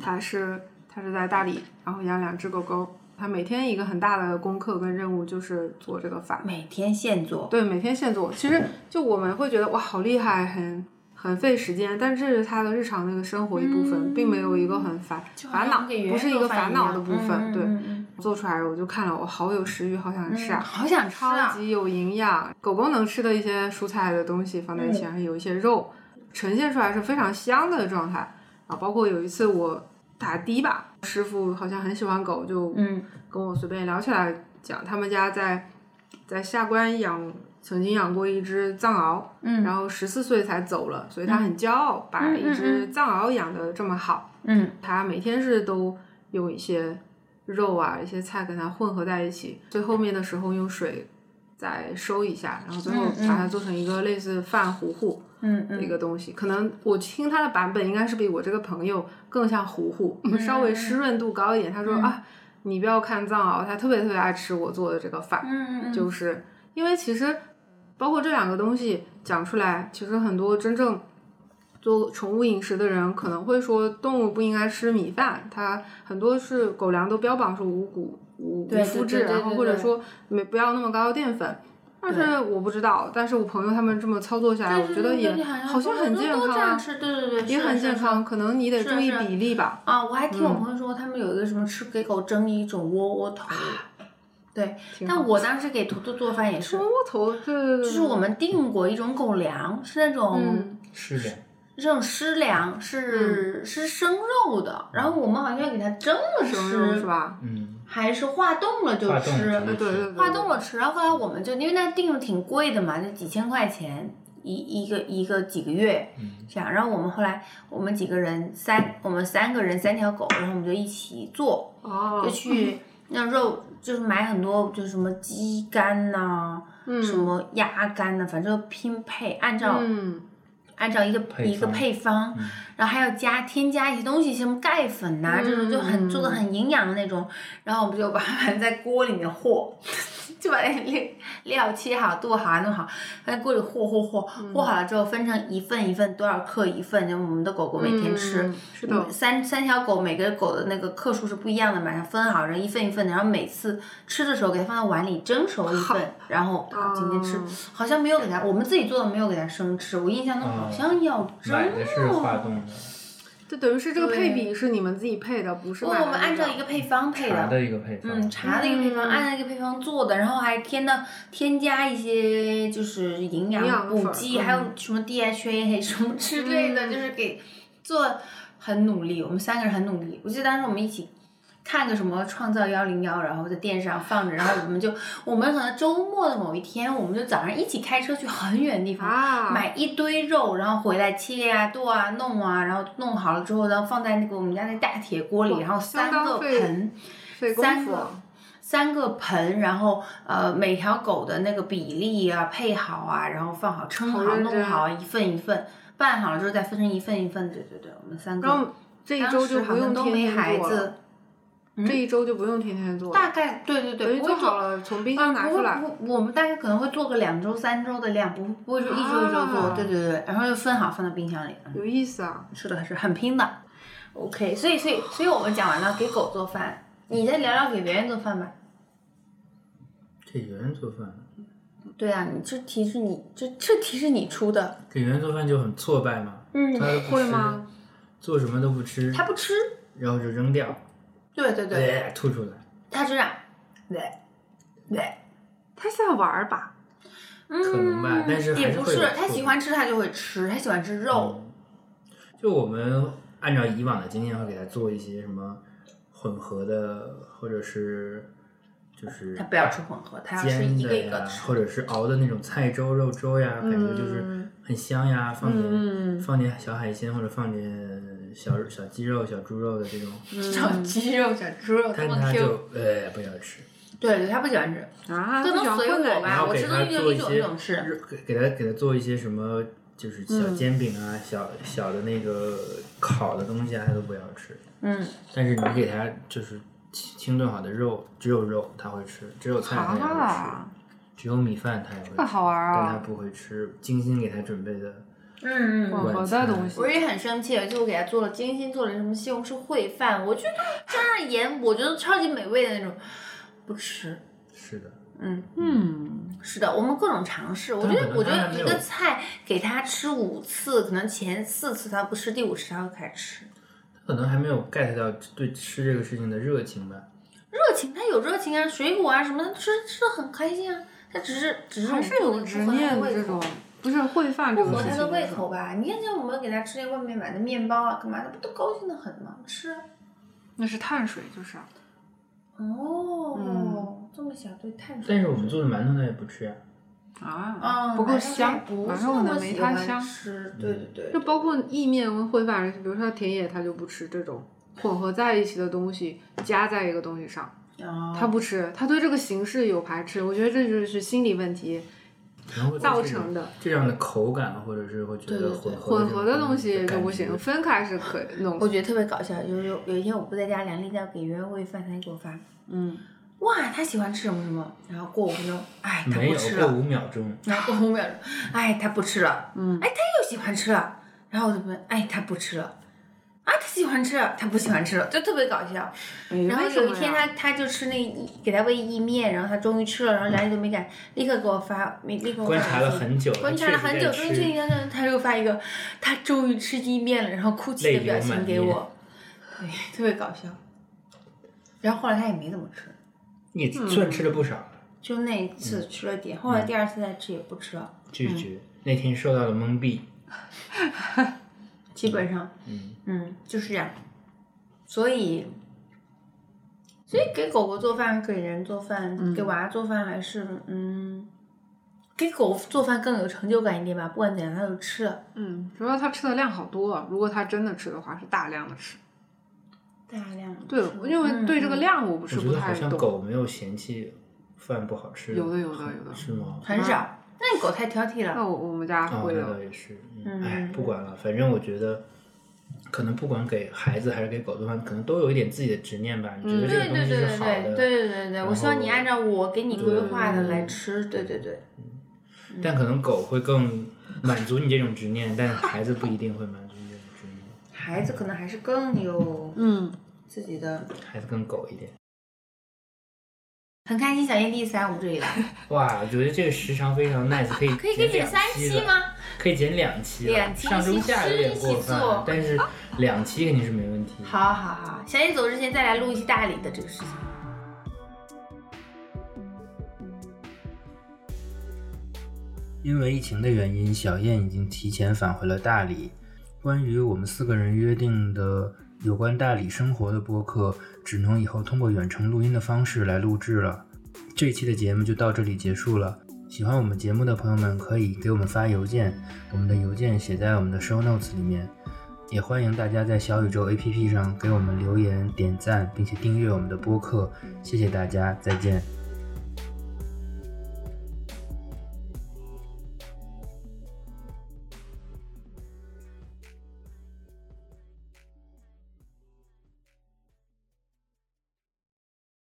他是他是在大理，然后养两只狗狗。他每天一个很大的功课跟任务就是做这个饭，
每天现做。
对，每天现做。其实就我们会觉得哇，好厉害，很很费时间，但这是他的日常那个生活一部分，并没有一个很烦烦恼，不是一个烦恼的部
嗯
分。对，做出来我就看了，我好有食欲，好想吃啊。
好
嗯
想吃
超
啊！
级有营养，狗狗能吃的一些蔬菜的东西放在一起，然后有一些肉，呈现出来是非常香的状态啊。包括有一次我打的吧，师傅好像很喜欢狗，就
嗯
跟我随便聊起来讲，他们家在在下关养曾经养过一只藏獒，
嗯
然后十四岁才走了，所以他很骄傲，把
嗯嗯
一只藏獒养的这么好。
嗯
他每天是都用一些肉啊、一些菜跟它混合在一起，最后面的时候用水再收一下，然后最后
嗯嗯
把它做成一个类似饭糊糊
嗯
的一
嗯
个东西。可能我听他的版本应该是比我这个朋友更像糊糊，稍微湿润度高一点。他说、
嗯
啊，你不要看藏獒，它特别特别爱吃我做的这个饭。
嗯嗯，
就是因为其实包括这两个东西讲出来，其实很多真正做宠物饮食的人可能会说动物不应该吃米饭，它很多是狗粮都标榜是无谷无
对
无麸
对对
质，
对
然后
对
或者
对
说没不要那么高的淀粉。但
对
是我不知道，但是我朋友他们这么操作
啊
下来，我觉得也好像很健康啊，
吃，对对对，
也很健康，。可能你得
是
注意
是
比例吧。
啊，我还听
嗯
我朋友说，他们有一个什么吃给狗蒸一种窝窝头，
啊
对。
挺好
但我当时给图图做饭也是
窝，窝头，对对对对，
就是我们订过一种狗粮，是那种
嗯
是的，
这种湿粮是、是生肉的，然后我们好像给它蒸了
生肉
吃，
是吧？
嗯，
还是化冻了就
化冻
吃，
直接
对对
吃
对
化冻了吃。然后后来我们就因为那订的挺贵的嘛，就几千块钱一一个一个几个月
嗯
这样。然后我们后来我们几个人三我们三个人三条狗，然后我们就一起做，
哦
就，去那肉就是买很多就是什么鸡肝呐、
嗯
什么鸭肝呐、反正拼配按照、
嗯
按照一个
配
一个
方
配方，
嗯
然后还要加添加一些东西，什么钙
嗯
粉呐、这种就很做的很营养的那种。然后我们就把它在锅里面和， 就把那料料切好、剁好、啊弄好，在锅里和和和
嗯
和好了之后，分成一份一份多少克一份，就我们的狗狗每天吃。
嗯是的，
三三条狗，每个狗的那个克数是不一样的嘛，然后分好，然后一份一份的，然后每次吃的时候给它放到碗里蒸熟一
好
份，然后啊今天吃
哦，
好像没有给它，我们自己做的没有给它生吃，我印象中好像要
嗯
蒸
买的是
哦
化冻的，
就等于是这个
对
配比是你们自己配的，不是
我
买的
们
那
按照
种
一个配方配
茶
的，
的一个配方。
嗯，茶的一个配方，
嗯
按照一个配方做的，然后还添的添加一些就是营
营养
养补
粉儿
剂，
嗯
还有什么 DHA 什么之类的，
嗯
就是给做很努力，我们三个人很努力。我记得当时我们一起。看个什么《创造幺零幺》，然后在电视上放着，然后我们就，我们可能周末的某一天，我们就早上一起开车去很远的地方，
啊，
买一堆肉，然后回来切啊、剁啊、弄啊，然后弄好了之后，然后放在那个我们家那大铁锅里，
哇
然后三
相当
个
费
盆，
费功
三
夫
个三个盆，然后呃每条狗的那个比例啊配好啊，然后放好称好
好认
弄
真
好一份一份，拌好了之后再分成一份一份，对对对，我们三个。
然后这一周就不用
当时好像都
天
没
天
孩
做
子嗯
了，，这一周就不用天天做了，
大概对对
等
对，
于
不会
做好
做。
了，从冰箱
嗯，
拿
不
出
会
来。
不，我们大概可能会做个两周、三周的量，不不会说一周一周做，
啊
对对对，然后就分好放到冰箱里。嗯
有意思啊！
是的，是很拼的。OK，所以所以所以我们讲完了给狗做饭，你再聊聊给别人做饭吧。
给别人做饭，
对啊，你这题是你这这题是你出的，
给别人做饭就很挫败嘛，
嗯，
他都不吃
会吗？
做什么都不吃，
他不吃，
然后就扔掉，
对对对，
呃吐出来，
他这样，对，对，
他是在玩儿吧？
可能吧
嗯
但是还是
也不
会有
是，他
醋
喜欢吃他就会吃，他喜欢吃肉，
嗯就我们按照以往的经验，会给他做一些什么混合的，或者是就是
他不要吃混合，他要吃
嗯煎
一
的
个一个
呀
吃，
或者是熬的那种菜粥、肉粥呀，感觉就是
嗯
很香呀，放点、
嗯
放点小海鲜或者放点小小鸡肉、小猪肉的这种，
小鸡肉、小猪肉，这
但
么
他
Q，
就呃不要吃，
对对，他不喜欢吃，
啊，
这
不
能
喜欢
随
混
我
奶
然
吧
吧？
后
我
给
吃东
他
西就
做
一
一
种
些
一种吃，
给给他给他做一些什么。就是
嗯
小煎饼啊，小小的那个烤的东西啊，他都不要吃。
嗯，
但是你给它就是清清炖好的肉，只有肉它会吃，只有菜它也会吃，
啊，
只有米饭它也会
这
吃，
好玩儿
但它
啊！
不会吃精心给它准备的。
嗯嗯，
混合
晚
的
餐
东西
我，也很生气，啊就我给他做了精心做了什么西红柿烩饭，我觉得加上盐，我觉得超级美味的那种，不吃。
是的，
嗯，
嗯，
是的，我们各种尝试。我
但
觉
可能
得，我觉
他还
得
没
一
有
个菜给他吃五次，可能前四次他不吃，第五次他会开始吃。
可能还没有 get 到对吃这个事情的热情吧。
热情，他有热情啊，水果啊什么的吃吃的很开心啊。他只是只是
还
我
是有执
们做那个不合他的
念
胃
这
口
种，不是烩饭这
不
种
合
事
他
情
的胃口吧？你看，像我们给他吃那外面买的面包啊，干嘛的，不都高兴的很吗？吃啊。
那是碳水，就是啊
哦，
嗯
这么小对碳水。
但是我们做的馒头它也不吃呀、
啊
嗯，
不够
馒头
香，
不
馒
是
头可
那么
能没
喜
它
欢
香。
吃，
嗯
对对对，哦
就包括意面跟烩饭，比如说田野他就不吃这种混合在一起的东西，加在一个东西上，他
他
不吃，他对这个形式有排斥。我觉得这就是心理问题
然后
造成的。
这样的口感，啊或者是会觉
对
得
对对
混合
混合的东西
就
就不 行，分开是可以弄
我。觉得特别搞笑，就是有有一天我不在家，梁丽在给圆圆喂饭，她就给我发，
嗯，
哇，她喜欢吃什么什么，然后过五分钟，哎，她
没
不
有
吃
过
了，
五秒钟，
然后过五秒钟，哎，她不吃了，
嗯
哎，她又喜欢吃了，然后我就问，哎，她不吃了。啊，她喜欢吃了，她不喜欢吃了，就特别搞笑。然后有一天她，她就吃那个意给她喂意面，然后她终于吃了，然后梁丽就没敢立刻给我发，没立刻给我发
观察了
信息
很久，
观察了
它
很
确
久，
实
终于
在
确
吃
定他的，他又发一个，他终于吃意面了，然后哭泣的表情给我，对，特别搞笑。然后后来他也没怎么吃，
你
嗯
算吃了不少，
就那一次
嗯
吃了点，后来第二次再吃也不吃了，
拒绝。那天受到了蒙蔽，
基本上，
嗯，
嗯，就是这样。所以，所以给狗狗做饭、给人做饭、
嗯
给娃做饭，还是嗯，给狗做饭更有成就感一点吧。不管怎样，它都吃了。
嗯，主要他吃的量好多啊，如果他真的吃的话，是大量的吃。
大量地
对
吃，
因为对这个
嗯嗯
量我不
我
是
觉
不
得好
太
像
懂。
狗没有嫌弃饭不好吃，
有的有的有的
是吗？
很少，
嗯
那你狗太挑剔了
哦
那。我我们家
啊，
会
那
有
倒，也是，
嗯
哎，不管了，反正我觉得可能不管给孩子还是给狗做饭，可能都有一点自己的执念吧。你觉得这个
嗯对
东
对
西
对
是
对
好
对
的，
对对对，
然
我希望你
后
按照我给你规划的来
对
吃，对对对，
但可能狗会更满足你这种执念，但孩子不一定会满足你这种执念，
孩子可能还是更有
嗯，
自己的。
孩子更狗一点。
很开心，小燕第三，我们这里来，
哇，我觉得这个时长非常 nice，可以
啊可以
剪
给你
两
三
期
期
了？
吗？
可以剪两期了，
两期
上
一
中
起
下有
吃
点
一
过
起
分
做
了，但是两期肯定是没问题。
好好好，小燕走之前再来录一期大理的这个事情。
因为疫情的原因，小燕已经提前返回了大理。关于我们四个人约定的有关大理生活的播客，只能以后通过远程录音的方式来录制了。这一期的节目就到这里结束了。喜欢我们节目的朋友们，可以给我们发邮件，我们的邮件写在我们的 show notes 里面。也欢迎大家在小宇宙 APP 上给我们留言、点赞，并且订阅我们的播客。谢谢大家，再见。